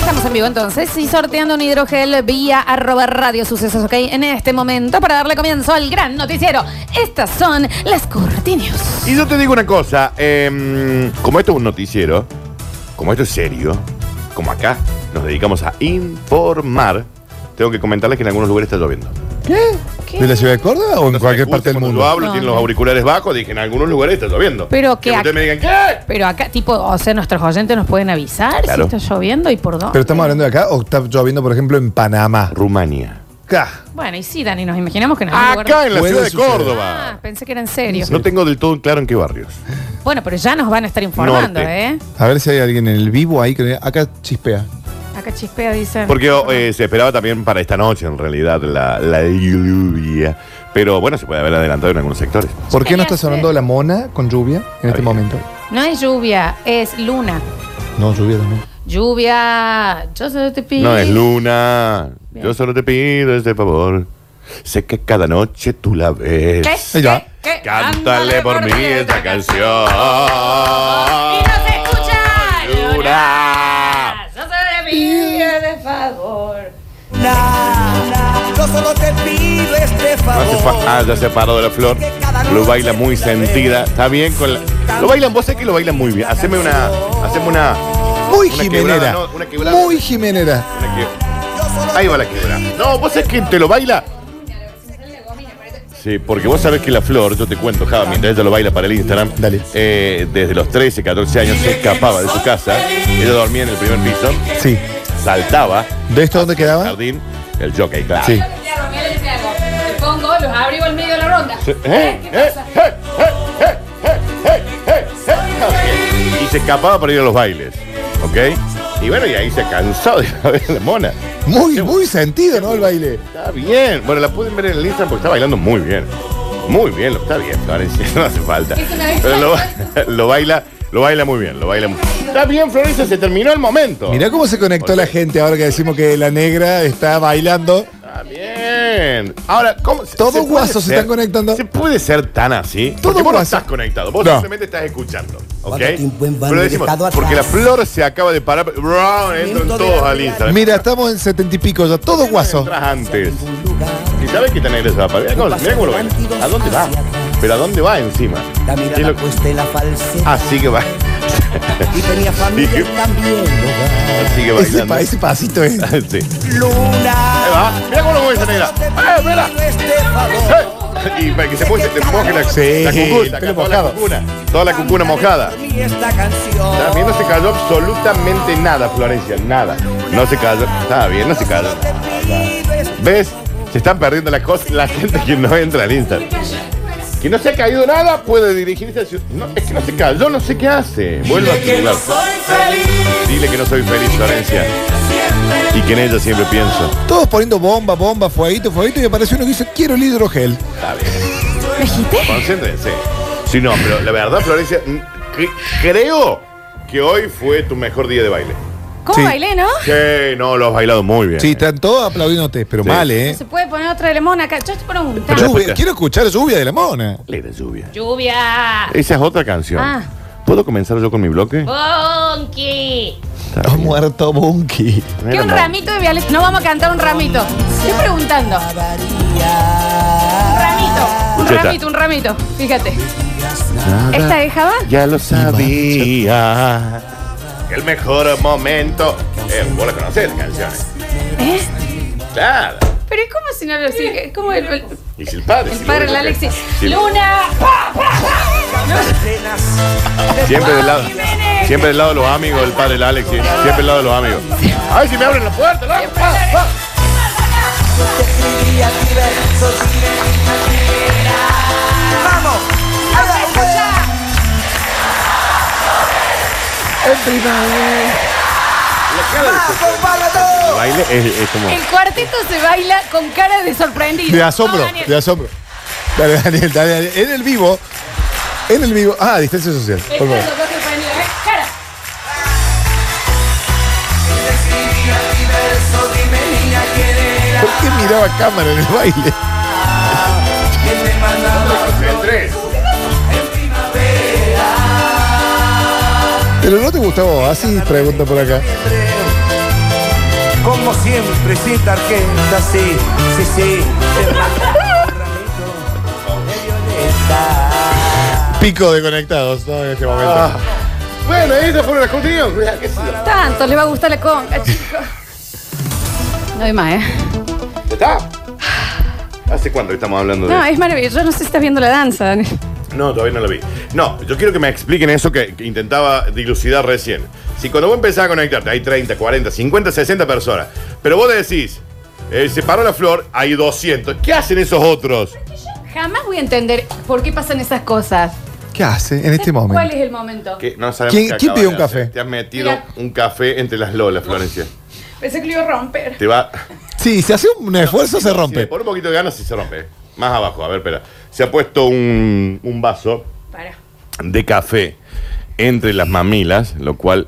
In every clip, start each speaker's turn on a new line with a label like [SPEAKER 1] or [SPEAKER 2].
[SPEAKER 1] Estamos en vivo entonces y sorteando un hidrogel vía arroba radio sucesos, ¿ok? En este momento para darle comienzo al gran noticiero. Estas son las cortinios.
[SPEAKER 2] Y yo te digo una cosa, em, como esto es un noticiero, como esto es serio, como acá nos dedicamos a informar, tengo que comentarles que en algunos lugares está lloviendo.
[SPEAKER 3] ¿De la ciudad de Córdoba o en
[SPEAKER 2] No sé,
[SPEAKER 3] cualquier
[SPEAKER 2] justo
[SPEAKER 3] parte del
[SPEAKER 2] cuando
[SPEAKER 3] mundo?
[SPEAKER 2] Yo hablo,
[SPEAKER 1] No,
[SPEAKER 2] tienen
[SPEAKER 1] no.
[SPEAKER 2] los auriculares bajos, dije, en algunos lugares está lloviendo.
[SPEAKER 1] Pero que ac-
[SPEAKER 2] que ustedes me digan, ¿qué?
[SPEAKER 1] Pero acá, tipo, o sea, nuestros oyentes nos pueden avisar
[SPEAKER 2] Claro.
[SPEAKER 1] si está lloviendo y por dónde.
[SPEAKER 3] Pero estamos hablando de acá o está lloviendo, por ejemplo, en Panamá.
[SPEAKER 2] Rumania.
[SPEAKER 1] Ah,
[SPEAKER 3] Acá.
[SPEAKER 1] Bueno, y sí, Dani, nos imaginamos que nos
[SPEAKER 2] Acá en la
[SPEAKER 3] Puede
[SPEAKER 2] ciudad de
[SPEAKER 3] suceder.
[SPEAKER 2] Córdoba.
[SPEAKER 1] Ah, pensé que era en serio.
[SPEAKER 2] No tengo del todo claro en qué barrios.
[SPEAKER 1] Bueno, pero ya nos van a estar informando,
[SPEAKER 2] Norte.
[SPEAKER 1] ¿eh?
[SPEAKER 3] A ver si hay alguien en el vivo ahí que acá chispea.
[SPEAKER 1] Acá chispea, dicen.
[SPEAKER 2] Porque oh, eh, se esperaba también para esta noche, en realidad, la, la lluvia. Pero bueno, se puede haber adelantado en algunos sectores.
[SPEAKER 3] ¿Por qué
[SPEAKER 1] Quería
[SPEAKER 3] no está sonando
[SPEAKER 1] hacer-
[SPEAKER 3] la mona con lluvia en este
[SPEAKER 2] bien.
[SPEAKER 3] momento?
[SPEAKER 1] No es lluvia, es luna.
[SPEAKER 3] No, lluvia también.
[SPEAKER 1] Lluvia, yo solo te pido.
[SPEAKER 2] No es luna.
[SPEAKER 1] Bien.
[SPEAKER 2] Yo solo te pido este favor. Sé que cada noche tú la ves.
[SPEAKER 1] ¿Qué?
[SPEAKER 3] Ahí va.
[SPEAKER 1] ¿Qué? ¿Qué?
[SPEAKER 2] Cántale
[SPEAKER 1] Ándale
[SPEAKER 2] por mí esta canción. Y
[SPEAKER 1] Y no se escucha.
[SPEAKER 2] Luna.
[SPEAKER 1] Yo solo te pido de favor.
[SPEAKER 4] Yo solo te pido este
[SPEAKER 2] No
[SPEAKER 4] favor.
[SPEAKER 2] hace fa- ah, ya se paró de la flor. Lo baila muy sentida. Está bien con la- Lo bailan, vos sé que lo bailan muy bien. Haceme una. Haceme una.
[SPEAKER 3] Muy
[SPEAKER 2] Una
[SPEAKER 3] jimenera.
[SPEAKER 2] quebrada, ¿no? Una quebrada.
[SPEAKER 3] Muy jimenera.
[SPEAKER 2] una que- Ahí va la quebra. No, vos es que te lo baila. Sí, porque vos sabés que la flor, yo te cuento, Java, mientras ella lo baila para el Instagram,
[SPEAKER 3] Dale.
[SPEAKER 2] eh, desde los 13, 14 años se escapaba de su casa, ella dormía en el primer piso,
[SPEAKER 3] Sí.
[SPEAKER 2] saltaba,
[SPEAKER 3] ¿De esto dónde quedaba?
[SPEAKER 2] jardín, el jockey, claro.
[SPEAKER 3] Sí.
[SPEAKER 1] Le pongo, los abrigo al medio de la ronda.
[SPEAKER 2] Eh, eh, eh, eh, eh, eh, eh, eh, eh. Y se escapaba para ir a los bailes, ¿ok? Y bueno, y ahí se cansó de la vez la mona.
[SPEAKER 3] Muy, muy sentido, ¿no? El baile.
[SPEAKER 2] Está bien. Bueno, la pueden ver en el Instagram porque está bailando muy bien. Muy bien, lo- está bien, Florencia, no hace falta.
[SPEAKER 1] Es una vez
[SPEAKER 2] Pero lo, lo baila, lo baila muy bien, lo baila muy Está bien, Florencia, se terminó el momento.
[SPEAKER 3] Mirá cómo se conectó la gente ahora que decimos que la negra está bailando.
[SPEAKER 2] Está bien. Ahora, ¿cómo?
[SPEAKER 3] Todos
[SPEAKER 2] puede
[SPEAKER 3] guasos se
[SPEAKER 2] ser-
[SPEAKER 3] están conectando.
[SPEAKER 2] ¿Se puede ser tan así? porque
[SPEAKER 3] Todos
[SPEAKER 2] vos no
[SPEAKER 3] guasos.
[SPEAKER 2] estás conectado, vos
[SPEAKER 3] No.
[SPEAKER 2] simplemente estás escuchando. ¿Ok?
[SPEAKER 4] Cuánto tiempo en vano
[SPEAKER 2] Pero
[SPEAKER 4] he
[SPEAKER 2] decimos,
[SPEAKER 4] dejado atrás.
[SPEAKER 2] porque la flor se acaba de parar. Brown, entran
[SPEAKER 4] Miento de
[SPEAKER 2] todos
[SPEAKER 4] la
[SPEAKER 2] al Instagram.
[SPEAKER 3] Mira, estamos en setenta y pico ya, todo guaso.
[SPEAKER 2] Entras antes.
[SPEAKER 4] Un lugar,
[SPEAKER 2] Y sabes que tan eres papá. Mira cómo, mirá cómo lo baila. ¿A dónde va? Pero ¿a dónde va encima?
[SPEAKER 4] La
[SPEAKER 2] Y
[SPEAKER 4] mirada
[SPEAKER 2] lo-
[SPEAKER 4] puesta en la falsedad.
[SPEAKER 2] Así que va.
[SPEAKER 4] Y tenía familia
[SPEAKER 2] Sí.
[SPEAKER 4] y también hogar.
[SPEAKER 2] Así que
[SPEAKER 3] Ese,
[SPEAKER 2] bailando.
[SPEAKER 3] pa- ese pasito es.
[SPEAKER 2] sí. Ahí
[SPEAKER 4] Luna.
[SPEAKER 2] va. Mira cómo lo mueve esa negra. ¡Eh, mira!
[SPEAKER 4] pido Este favor.
[SPEAKER 2] ¡Eh! Y para que se mueve, se te moje la,
[SPEAKER 3] Sí,
[SPEAKER 2] la cucuna,
[SPEAKER 3] el pelo
[SPEAKER 2] acá, toda la
[SPEAKER 3] mojado.
[SPEAKER 2] cucuna. Toda la cucuna mojada.
[SPEAKER 4] Cántale por mí esta canción.
[SPEAKER 2] Está bien, no se cayó absolutamente nada, Florencia, nada. No se cayó. Está bien, no se cayó.
[SPEAKER 4] este
[SPEAKER 2] ¿Ves? Se están perdiendo las cosas, la gente que no entra al Instagram. Que no se ha caído nada puede dirigirse a... su- No, es que no se cayó, no sé qué hace. Vuelve a su lugar. Dile que no soy feliz, Florencia. Y que en ella siempre pienso.
[SPEAKER 3] Todos poniendo bomba, bomba, fueguito, fueguito y aparece uno que dice, quiero el hidrogel.
[SPEAKER 2] Está bien.
[SPEAKER 1] ¿Me dijiste?
[SPEAKER 2] Concéntrense. Sí, no, pero la verdad, Florencia, mm, cre- creo que hoy fue tu mejor día de baile.
[SPEAKER 1] ¿Cómo
[SPEAKER 3] Sí.
[SPEAKER 1] bailé, no?
[SPEAKER 2] Sí, no, lo has bailado muy bien.
[SPEAKER 3] Sí, están todos aplaudiéndote, pero
[SPEAKER 2] Sí.
[SPEAKER 3] mal, ¿eh?
[SPEAKER 1] ¿Se puede poner otra de limón acá? Yo te pregunto.
[SPEAKER 2] Pero-
[SPEAKER 3] Lluvia, quiero escuchar lluvia de la mona.
[SPEAKER 2] Le da lluvia.
[SPEAKER 1] Lluvia.
[SPEAKER 2] Esa es otra canción.
[SPEAKER 1] Ah.
[SPEAKER 2] ¿Puedo comenzar yo con mi bloque?
[SPEAKER 1] Bonky.
[SPEAKER 3] Ha muerto Bunky.
[SPEAKER 1] ¿Qué un ramito de viales? No vamos a cantar un ramito. Estoy preguntando. Un ramito. Un
[SPEAKER 2] Escucha esta.
[SPEAKER 1] ramito, un ramito. Fíjate. ¿Esta es Java?
[SPEAKER 2] Ya lo sabía. El mejor momento. Eh, vos la conocés, las canciones.
[SPEAKER 1] ¿Eh?
[SPEAKER 2] Claro.
[SPEAKER 1] Pero es como si no lo sí, Es como el, el-
[SPEAKER 2] Y si el padre.
[SPEAKER 1] el
[SPEAKER 2] si lo
[SPEAKER 1] padre de
[SPEAKER 2] único que-
[SPEAKER 1] Alexis.
[SPEAKER 2] si-
[SPEAKER 1] ¡Luna! ¡Pa, pa, pa! No,
[SPEAKER 2] Siempre del lado. Siempre del lado de los amigos, el padre de Alexis. Siempre del lado de los amigos. A ver si me abren la puerta, loco. Ah, ah.
[SPEAKER 4] Vamos. Ahora,
[SPEAKER 3] En primavera.
[SPEAKER 4] Vamos, Pagató.
[SPEAKER 2] baile es, es como.
[SPEAKER 1] El cuarteto se baila con cara de sorprendido.
[SPEAKER 3] De asombro,
[SPEAKER 1] No, Daniel.
[SPEAKER 3] de asombro. Dale, Daniel, dale, Daniel. En el vivo. En el vivo. Ah, distancia social.
[SPEAKER 1] Esta
[SPEAKER 3] Por favor.
[SPEAKER 1] es la cosa sorprendida, ¿eh? Cara.
[SPEAKER 3] ¿Por qué miraba a cámara en el baile?
[SPEAKER 2] El tres.
[SPEAKER 3] Pero no te gustaba así, pregunta por acá.
[SPEAKER 4] Como siempre, sin tarjeta, sí, sí, sí. El ramito de violeta.
[SPEAKER 3] Pico de conectados, ¿no? En este momento.
[SPEAKER 2] Ah. Bueno, esas fueron las cortinas. Mira, qué sé yo.
[SPEAKER 1] Tanto le va a gustar la conga, chicos. No hay más, ¿eh?
[SPEAKER 2] ¿Ya ¿Está? ¿Hace cuánto que estamos hablando de
[SPEAKER 1] Ah. No,
[SPEAKER 2] eso?
[SPEAKER 1] es maravilloso. Yo no sé si estás viendo la danza, Daniel.
[SPEAKER 2] No, todavía no lo vi. No, yo quiero que me expliquen eso que, que intentaba dilucidar recién. Si cuando vos empezás a conectarte hay 30, 40, 50, 60 personas, pero vos decís, eh, se paró la flor, hay 200. ¿Qué hacen esos otros?
[SPEAKER 1] Jamás voy a entender por qué pasan esas cosas.
[SPEAKER 3] ¿Qué hace en este
[SPEAKER 1] ¿Cuál
[SPEAKER 3] momento?
[SPEAKER 1] es el momento?
[SPEAKER 2] Que no sabemos
[SPEAKER 3] ¿Quién-
[SPEAKER 2] qué
[SPEAKER 3] quién
[SPEAKER 2] acaba
[SPEAKER 3] pidió
[SPEAKER 2] de
[SPEAKER 3] un
[SPEAKER 2] hacer.
[SPEAKER 3] café?
[SPEAKER 2] Te has metido
[SPEAKER 1] Mira.
[SPEAKER 2] un café entre las lolas, Florencia.
[SPEAKER 1] Pensé que lo iba a romper.
[SPEAKER 2] Te va...
[SPEAKER 3] Sí, si hace un esfuerzo se
[SPEAKER 2] Sí,
[SPEAKER 3] rompe.
[SPEAKER 2] por un poquito de ganas sí se rompe. Más abajo, a ver, espera. Se ha puesto un, un vaso
[SPEAKER 1] Para.
[SPEAKER 2] de café entre las mamilas, lo cual.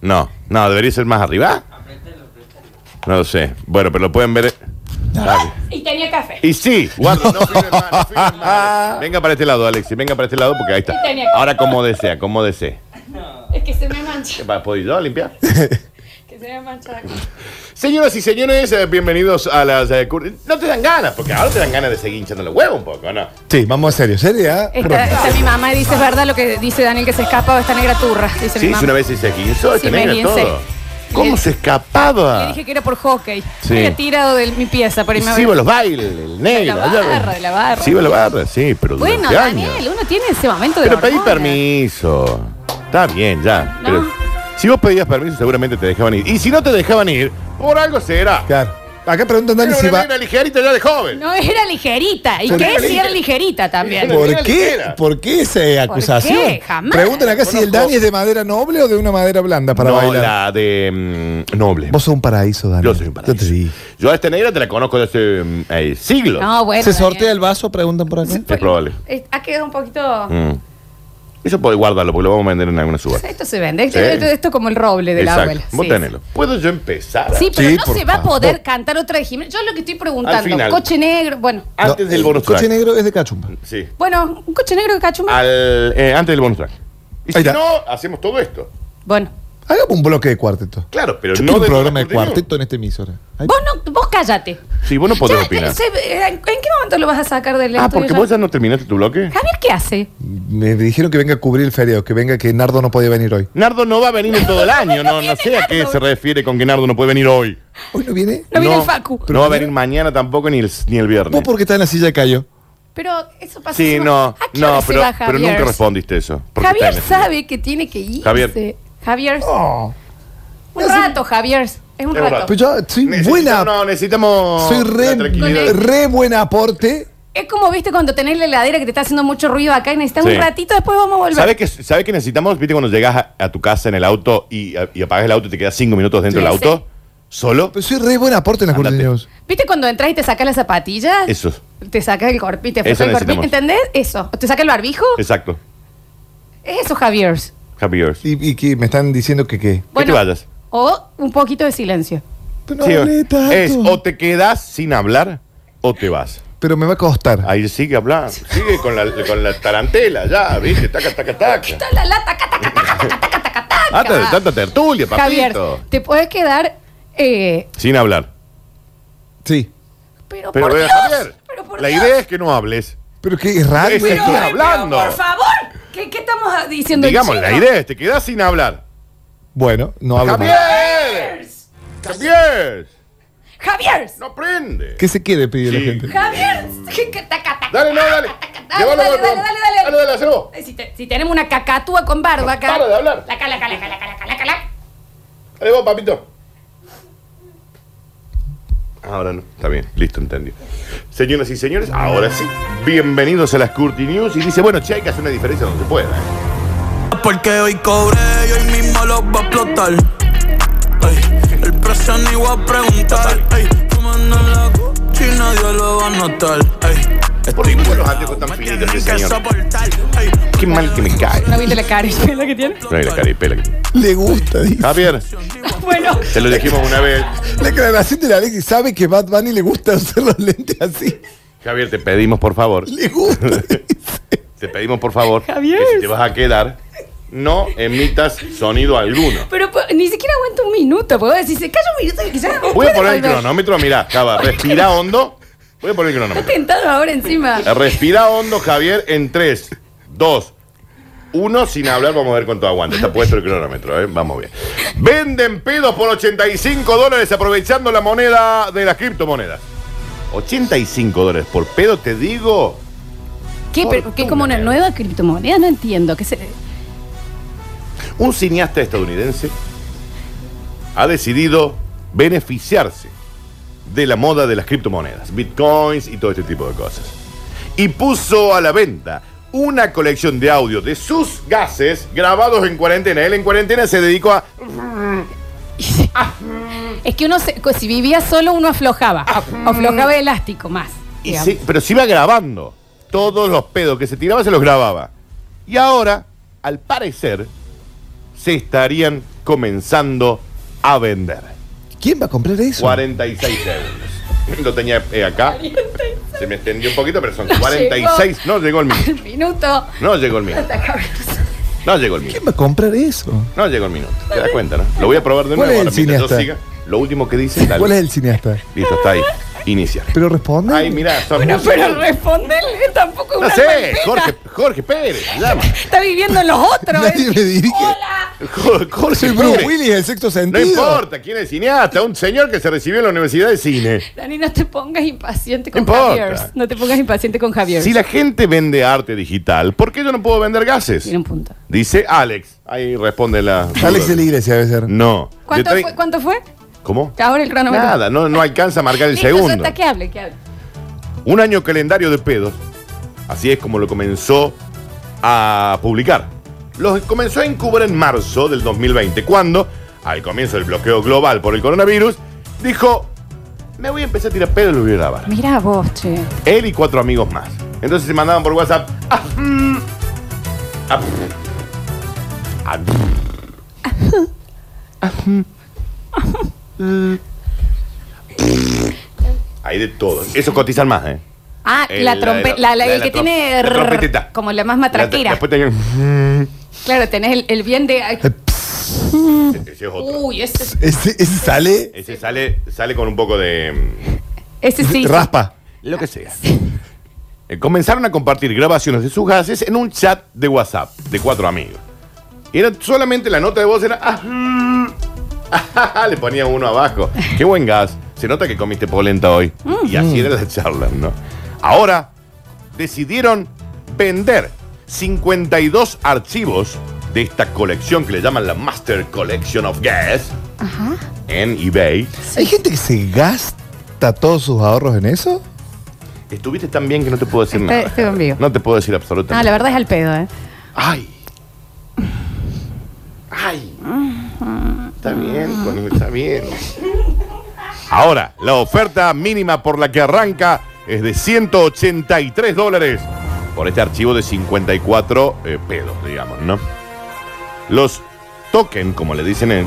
[SPEAKER 2] No, no, debería ser más arriba. No lo sé. Bueno, pero lo pueden ver. Dale.
[SPEAKER 1] Y tenía café.
[SPEAKER 2] Y sí, guarda, Ah. no firmes mal, no firmes mal. Venga para este lado, Alexi, venga para este lado porque ahí está. Ahora como desea, como desea.
[SPEAKER 1] Es que se me mancha.
[SPEAKER 2] ¿Puedo yo limpiar?
[SPEAKER 1] Que se me mancha la cosa.
[SPEAKER 2] Señoras y señores, eh, bienvenidos a las... eh, cur- no te dan ganas, porque ahora te dan ganas de seguir hinchando los huevos un poco, ¿no?
[SPEAKER 3] Sí, vamos en serio. Seria.
[SPEAKER 1] Está, está mi mamá y dice, es verdad lo que dice Daniel que se escapa o está negra turra. Dice mi
[SPEAKER 2] Sí,
[SPEAKER 1] mamá.
[SPEAKER 2] si una vez hice 15,
[SPEAKER 1] Sí,
[SPEAKER 2] sí,
[SPEAKER 1] me
[SPEAKER 2] negra
[SPEAKER 1] guincé.
[SPEAKER 2] todo. ¿Cómo
[SPEAKER 1] Le-
[SPEAKER 2] se escapaba?
[SPEAKER 1] Le dije que era por hockey.
[SPEAKER 2] Ah. Sí.
[SPEAKER 1] Era tirado de mi pieza para
[SPEAKER 2] Y
[SPEAKER 1] irme a
[SPEAKER 2] sí,
[SPEAKER 1] ver.
[SPEAKER 2] iba a los bailes, el negro.
[SPEAKER 1] De la
[SPEAKER 2] allá-
[SPEAKER 1] barra, de la barra.
[SPEAKER 2] Sí, iba a la barra, sí, pero durante
[SPEAKER 1] Bueno,
[SPEAKER 2] años.
[SPEAKER 1] Daniel, uno tiene ese momento de
[SPEAKER 2] Pero pedí
[SPEAKER 1] hormonas.
[SPEAKER 2] permiso. Está bien, ya.
[SPEAKER 1] No.
[SPEAKER 2] Pero si vos pedías permiso, seguramente te dejaban ir. Y si no te dejaban ir, por algo será.
[SPEAKER 3] Claro. Acá preguntan Dani
[SPEAKER 2] Era
[SPEAKER 3] si
[SPEAKER 2] una
[SPEAKER 3] va.
[SPEAKER 2] negra ligerita ya de joven.
[SPEAKER 1] No, era ligerita. ¿Y
[SPEAKER 3] Pero
[SPEAKER 1] qué
[SPEAKER 2] era
[SPEAKER 1] si era
[SPEAKER 2] ligera.
[SPEAKER 1] ligerita también?
[SPEAKER 2] Era-
[SPEAKER 3] ¿Por qué? ¿Por qué esa
[SPEAKER 1] ¿Por
[SPEAKER 3] acusación?
[SPEAKER 1] qué? Jamás.
[SPEAKER 3] Preguntan acá si el
[SPEAKER 2] Conozco-
[SPEAKER 3] Dani es de madera noble o de una madera blanda para
[SPEAKER 2] no,
[SPEAKER 3] bailar.
[SPEAKER 2] la de mm, noble.
[SPEAKER 3] Vos sos un paraíso, Dani.
[SPEAKER 2] Yo soy un paraíso.
[SPEAKER 3] Yo te dije.
[SPEAKER 2] Yo a esta negra te la conozco desde mm, eh, siglos.
[SPEAKER 1] No, bueno.
[SPEAKER 3] ¿Se
[SPEAKER 1] Daniel.
[SPEAKER 3] sortea el vaso? Preguntan por acá.
[SPEAKER 2] Es probable.
[SPEAKER 1] Eh, Ha quedado un poquito.
[SPEAKER 2] Mm. Eso podés guardarlo porque lo vamos a vender en alguna subasta.
[SPEAKER 1] Esto se vende. Esto,
[SPEAKER 2] Sí.
[SPEAKER 1] esto- esto es como el roble de la
[SPEAKER 2] Exacto.
[SPEAKER 1] abuela.
[SPEAKER 2] Vos
[SPEAKER 1] Sí,
[SPEAKER 2] tenelo. ¿Puedo yo empezar?
[SPEAKER 1] Sí, pero
[SPEAKER 3] Sí,
[SPEAKER 1] no
[SPEAKER 3] por
[SPEAKER 1] se va a
[SPEAKER 3] favor.
[SPEAKER 1] poder cantar otra de Jiménez. Yo lo que estoy
[SPEAKER 2] Al
[SPEAKER 1] preguntando,
[SPEAKER 2] final.
[SPEAKER 1] coche negro, bueno,
[SPEAKER 2] Antes
[SPEAKER 3] No,
[SPEAKER 2] del
[SPEAKER 3] el
[SPEAKER 2] bonus
[SPEAKER 3] Eh, coche
[SPEAKER 2] track.
[SPEAKER 3] negro es de cachumba.
[SPEAKER 2] Sí.
[SPEAKER 1] bueno, un coche negro de cachumba.
[SPEAKER 2] Al, eh, antes del bonus track. Y
[SPEAKER 3] Ahí
[SPEAKER 2] si
[SPEAKER 3] está.
[SPEAKER 2] no, hacemos todo esto.
[SPEAKER 1] Bueno,
[SPEAKER 3] Hagamos un bloque de cuarteto.
[SPEAKER 2] Claro, pero
[SPEAKER 3] Yo
[SPEAKER 2] no
[SPEAKER 3] quiero un
[SPEAKER 2] dentro
[SPEAKER 3] programa
[SPEAKER 2] la
[SPEAKER 3] de
[SPEAKER 2] cortina.
[SPEAKER 3] cuarteto en esta emisora. Ay,
[SPEAKER 1] vos no, vos cállate.
[SPEAKER 2] Sí, vos no podés
[SPEAKER 1] Ya,
[SPEAKER 2] opinar.
[SPEAKER 1] se- eh, ¿En en qué momento lo vas a sacar del
[SPEAKER 2] Ah,
[SPEAKER 1] estudio
[SPEAKER 2] porque
[SPEAKER 1] ya?
[SPEAKER 2] vos ya no terminaste tu bloque.
[SPEAKER 1] Javier, ¿qué hace?
[SPEAKER 3] Me dijeron que venga a cubrir el feriado, que venga que Nardo no podía venir hoy.
[SPEAKER 2] Nardo no va a venir en todo el año. No, no
[SPEAKER 1] viene
[SPEAKER 2] sé a qué
[SPEAKER 1] Nardo.
[SPEAKER 2] se refiere con que Nardo no puede venir hoy.
[SPEAKER 3] ¿Hoy no viene?
[SPEAKER 1] No viene el Facu.
[SPEAKER 2] No va a venir mañana tampoco ni el, ni el viernes.
[SPEAKER 3] ¿Vos por qué estás en la silla de callo?
[SPEAKER 1] Pero eso pasa.
[SPEAKER 2] Sí, no,
[SPEAKER 1] ¿A qué hora
[SPEAKER 2] no,
[SPEAKER 1] se
[SPEAKER 2] pero,
[SPEAKER 1] va
[SPEAKER 2] pero
[SPEAKER 1] Javier?
[SPEAKER 2] nunca respondiste eso. porque
[SPEAKER 1] Javier
[SPEAKER 2] está en el-
[SPEAKER 1] sabe que tiene que irse.
[SPEAKER 2] Javier.
[SPEAKER 1] Javier.
[SPEAKER 3] Oh,
[SPEAKER 1] Un rato, Javier. Es un
[SPEAKER 2] Es un
[SPEAKER 1] rato.
[SPEAKER 2] rato.
[SPEAKER 3] pero yo soy
[SPEAKER 2] Necesitamos-
[SPEAKER 3] buena.
[SPEAKER 2] No, necesitamos.
[SPEAKER 3] Soy
[SPEAKER 2] la
[SPEAKER 3] re,
[SPEAKER 2] tranquilidad.
[SPEAKER 1] Con
[SPEAKER 3] re buen aporte.
[SPEAKER 1] Es como, viste, cuando tenés la heladera que te está haciendo mucho ruido acá y necesitas
[SPEAKER 2] Sí.
[SPEAKER 1] un ratito, después vamos a volver.
[SPEAKER 2] ¿Sabes qué, ¿Sabes qué necesitamos? ¿Viste cuando llegas a, a tu casa en el auto y, y apagas el auto y te quedas cinco minutos dentro
[SPEAKER 1] Sí,
[SPEAKER 2] del
[SPEAKER 1] sí. Pues,
[SPEAKER 2] auto? ¿Solo?
[SPEAKER 3] Pero soy re buen aporte en las
[SPEAKER 2] Ándate.
[SPEAKER 3] cortinas.
[SPEAKER 1] ¿Viste cuando entras y te sacas las zapatillas?
[SPEAKER 2] Eso.
[SPEAKER 1] Te sacas el corpi, te
[SPEAKER 2] Eso
[SPEAKER 1] frotás el corpi,
[SPEAKER 2] necesitamos.
[SPEAKER 1] ¿entendés? Eso. ¿Te saca el barbijo?
[SPEAKER 2] Exacto.
[SPEAKER 1] Es eso, Javier.
[SPEAKER 2] Javier.
[SPEAKER 3] Y, y que me están diciendo que qué.
[SPEAKER 2] te vayas.
[SPEAKER 1] O un poquito de silencio.
[SPEAKER 3] Pero,
[SPEAKER 2] Sí,
[SPEAKER 3] no hablé tanto.
[SPEAKER 2] es o te quedas sin hablar o te vas.
[SPEAKER 3] Pero me va a costar.
[SPEAKER 2] Ahí sigue hablando, sigue con la, con la tarantela ya, ¿viste? Taca, taca, taca.
[SPEAKER 1] Está la lata, taca, taca, taca, taca, taca, taca, taca.
[SPEAKER 2] Hasta de tanta tertulia, papito.
[SPEAKER 1] Javier, te puedes quedar. eh,
[SPEAKER 2] Sin hablar.
[SPEAKER 3] Sí.
[SPEAKER 1] pero,
[SPEAKER 2] Pero,
[SPEAKER 1] por
[SPEAKER 2] eh,
[SPEAKER 1] Dios.
[SPEAKER 2] Javier,
[SPEAKER 1] pero por
[SPEAKER 2] la
[SPEAKER 1] Dios.
[SPEAKER 2] idea es que no hables.
[SPEAKER 3] Pero que es raro.
[SPEAKER 2] Ese-
[SPEAKER 1] Pero,
[SPEAKER 2] Estoy
[SPEAKER 1] eh,
[SPEAKER 2] hablando.
[SPEAKER 1] pero, Por favor. ¿Qué, qué estamos diciendo en
[SPEAKER 2] Digamos,
[SPEAKER 1] chino?
[SPEAKER 2] la idea es te quedas sin hablar.
[SPEAKER 3] Bueno, no hablo más.
[SPEAKER 2] ¡Javier! ¡Javier!
[SPEAKER 1] Javier.
[SPEAKER 2] ¡No prende!
[SPEAKER 3] Que se quede, pide la
[SPEAKER 2] Sí.
[SPEAKER 3] gente.
[SPEAKER 1] Javier. ¿qué- qué- taca, taca,
[SPEAKER 2] Dale, no, dale.
[SPEAKER 1] taca,
[SPEAKER 2] Llévalo,
[SPEAKER 1] dale,
[SPEAKER 2] dale,
[SPEAKER 1] dale, dale, dale.
[SPEAKER 2] dale, dale, hacelo.
[SPEAKER 1] Eh, Si, te- si tenemos una cacatúa con barba acá.
[SPEAKER 2] Para de hablar.
[SPEAKER 1] La cala, cala, cala, cala, cala, cala.
[SPEAKER 2] Dale vos, papito. Ahora no. Está bien, listo, entendido. Señoras y señores, ahora sí. Bienvenidos a las Curti News. Y dice, bueno, che, hay que hacer una diferencia donde se pueda. ¿eh?
[SPEAKER 5] Porque hoy cobré y hoy mismo los va a explotar. ya ni voy a preguntar. Ey, fumando en la China, Dios lo va a notar. Ey,
[SPEAKER 2] ¿Por qué los anteojos
[SPEAKER 5] me
[SPEAKER 2] están finitos
[SPEAKER 5] tienen
[SPEAKER 2] ese
[SPEAKER 5] que
[SPEAKER 2] señor?
[SPEAKER 5] soportar. Ey,
[SPEAKER 2] Qué mal que me cae.
[SPEAKER 1] No viste la cara la que tiene.
[SPEAKER 2] No hay la caripela. que-
[SPEAKER 3] Le gusta, dice.
[SPEAKER 2] Javier,
[SPEAKER 1] Bueno,
[SPEAKER 2] te lo dijimos una vez.
[SPEAKER 3] La aclaración de la Alexis sabe que Bad Bunny le gusta usar los lentes así.
[SPEAKER 2] Javier, te pedimos por favor.
[SPEAKER 3] Le gusta.
[SPEAKER 2] Te pedimos por favor.
[SPEAKER 1] Javier.
[SPEAKER 2] Que si te vas a quedar, no emitas sonido alguno.
[SPEAKER 1] pero po- ni siquiera aguanta un minuto. Puedo decir, se calla un minuto y quizás.
[SPEAKER 2] Voy a poner el cronómetro, mirá, Java, respira hondo. Voy a poner el cronómetro.
[SPEAKER 1] Tentado ahora encima.
[SPEAKER 2] Respira hondo, Javier, en 3, 2, 1, sin hablar, vamos a ver cuánto aguanta. Está puesto el cronómetro, ¿eh? vamos bien. Venden pedos por 85 dólares aprovechando la moneda de las criptomonedas. 85 dólares por pedo, te digo.
[SPEAKER 1] ¿Qué? Pero, ¿Qué como una nueva criptomoneda? No entiendo. ¿Qué se...
[SPEAKER 2] Un cineasta estadounidense ha decidido beneficiarse de la moda de las criptomonedas, bitcoins y todo este tipo de cosas. Y puso a la venta una colección de audio de sus gases grabados en cuarentena. Él en cuarentena se dedicó a...
[SPEAKER 1] Es que uno, se- si vivía solo, uno aflojaba. Af- Aflojaba elástico más.
[SPEAKER 2] Ah. y
[SPEAKER 1] digamos.
[SPEAKER 2] se- pero se iba grabando. Todos los pedos que se tiraba se los grababa. Y ahora, al parecer, se estarían comenzando a vender.
[SPEAKER 3] ¿Quién va a comprar eso?
[SPEAKER 2] 46 euros. Lo tenía eh, acá. Se me extendió un poquito, pero son
[SPEAKER 1] No
[SPEAKER 2] 46. No llegó el minuto.
[SPEAKER 1] El minuto.
[SPEAKER 2] No llegó el minuto. No llegó el minuto.
[SPEAKER 3] ¿Quién va a comprar eso?
[SPEAKER 2] No llegó el minuto. ¿Te das cuenta, no? Lo voy a probar de
[SPEAKER 3] ¿Cuál
[SPEAKER 2] nuevo.
[SPEAKER 3] es el
[SPEAKER 2] ahora, mientras yo
[SPEAKER 3] cineasta?
[SPEAKER 2] siga. Lo último que dice. dale.
[SPEAKER 3] ¿Cuál es el cineasta?
[SPEAKER 2] Listo, está ahí. Iniciar.
[SPEAKER 3] Pero responde.
[SPEAKER 2] Ay, mira, son
[SPEAKER 1] Bueno,
[SPEAKER 2] músicos.
[SPEAKER 1] pero responderle tampoco es
[SPEAKER 2] No
[SPEAKER 1] una
[SPEAKER 2] sé,
[SPEAKER 1] almacena.
[SPEAKER 2] Jorge, Jorge Pérez. se Llama.
[SPEAKER 1] Está viviendo en los otros.
[SPEAKER 3] Nadie
[SPEAKER 1] ¿eh?
[SPEAKER 3] me dirige.
[SPEAKER 1] Hola.
[SPEAKER 2] Jo- Jorge
[SPEAKER 3] Soy Bruce
[SPEAKER 2] Pérez.
[SPEAKER 3] Willis, el sexto
[SPEAKER 2] No
[SPEAKER 3] sentido.
[SPEAKER 2] importa quién es cineasta, un señor que se recibió en la Universidad de Cine.
[SPEAKER 1] Dani, no te pongas impaciente con
[SPEAKER 2] No importa.
[SPEAKER 1] Javier. No te pongas impaciente con Javier.
[SPEAKER 2] Si la gente vende arte digital, ¿por qué yo no puedo vender gases?
[SPEAKER 1] Tiene un punto.
[SPEAKER 2] Dice Alex. Ahí responde la.
[SPEAKER 3] Alex de la iglesia debe ser.
[SPEAKER 2] No.
[SPEAKER 1] ¿Cuánto
[SPEAKER 2] De tre-
[SPEAKER 1] fue? ¿Cuánto fue?
[SPEAKER 2] ¿Cómo?
[SPEAKER 1] Ahora el cronómetro.
[SPEAKER 2] Nada, no, no alcanza a marcar el
[SPEAKER 1] Listo, ya
[SPEAKER 2] segundo.
[SPEAKER 1] está, que hable, que hable.
[SPEAKER 2] Un año calendario de pedos. Así es como lo comenzó a publicar. Los comenzó a encubrir en marzo del 2020, cuando, al comienzo del bloqueo global por el coronavirus, dijo: Me voy a empezar a tirar pedos y lo voy a grabar.
[SPEAKER 1] Mira vos, che.
[SPEAKER 2] Él y cuatro amigos más. Entonces se mandaban por WhatsApp. "Ah, mm, ah, mm, ah, mm, ah, mm, mm". Hay de todo. Eso cotizan más, ¿eh?
[SPEAKER 1] Ah,
[SPEAKER 2] El-
[SPEAKER 1] la trompeta, la, la-
[SPEAKER 2] la-
[SPEAKER 1] el
[SPEAKER 2] la
[SPEAKER 1] que
[SPEAKER 2] trom-
[SPEAKER 1] tiene
[SPEAKER 2] la
[SPEAKER 1] rrr,
[SPEAKER 2] trompetita.
[SPEAKER 1] como la más
[SPEAKER 2] La-
[SPEAKER 1] matraquera.
[SPEAKER 2] Después tenían.
[SPEAKER 1] claro, tenés el, el bien de. ay,
[SPEAKER 2] Ese es otro.
[SPEAKER 1] Uy, ese,
[SPEAKER 3] Ese, ese sale.
[SPEAKER 2] Ese sale, sale con un poco de. mm,
[SPEAKER 1] ese sí.
[SPEAKER 3] Raspa.
[SPEAKER 2] Lo que sea. Eh, Comenzaron a compartir grabaciones de sus gases en un chat de WhatsApp de cuatro amigos. Y era solamente la nota de voz era. "Ah, mm". Le ponía uno abajo. Qué buen gas. Se nota que comiste polenta hoy. Y así era la charla, ¿no? Ahora decidieron vender 52 archivos de esta colección que le llaman la Master Collection of Gas en eBay.
[SPEAKER 3] ¿Hay gente que se gasta todos sus ahorros en eso?
[SPEAKER 2] Estuviste tan bien que no te puedo decir
[SPEAKER 1] Estoy-
[SPEAKER 2] nada.
[SPEAKER 1] estoy en vivo.
[SPEAKER 2] No te puedo decir
[SPEAKER 1] Ah,
[SPEAKER 2] absolutamente
[SPEAKER 1] la verdad es al pedo, ¿eh?
[SPEAKER 2] Ay. Ay. Está bien, Connie, está bien. Ahora, la oferta mínima por la que arranca es de 183 dólares por este archivo de 54 eh, pedos, digamos, ¿no? Los token, como le dicen en,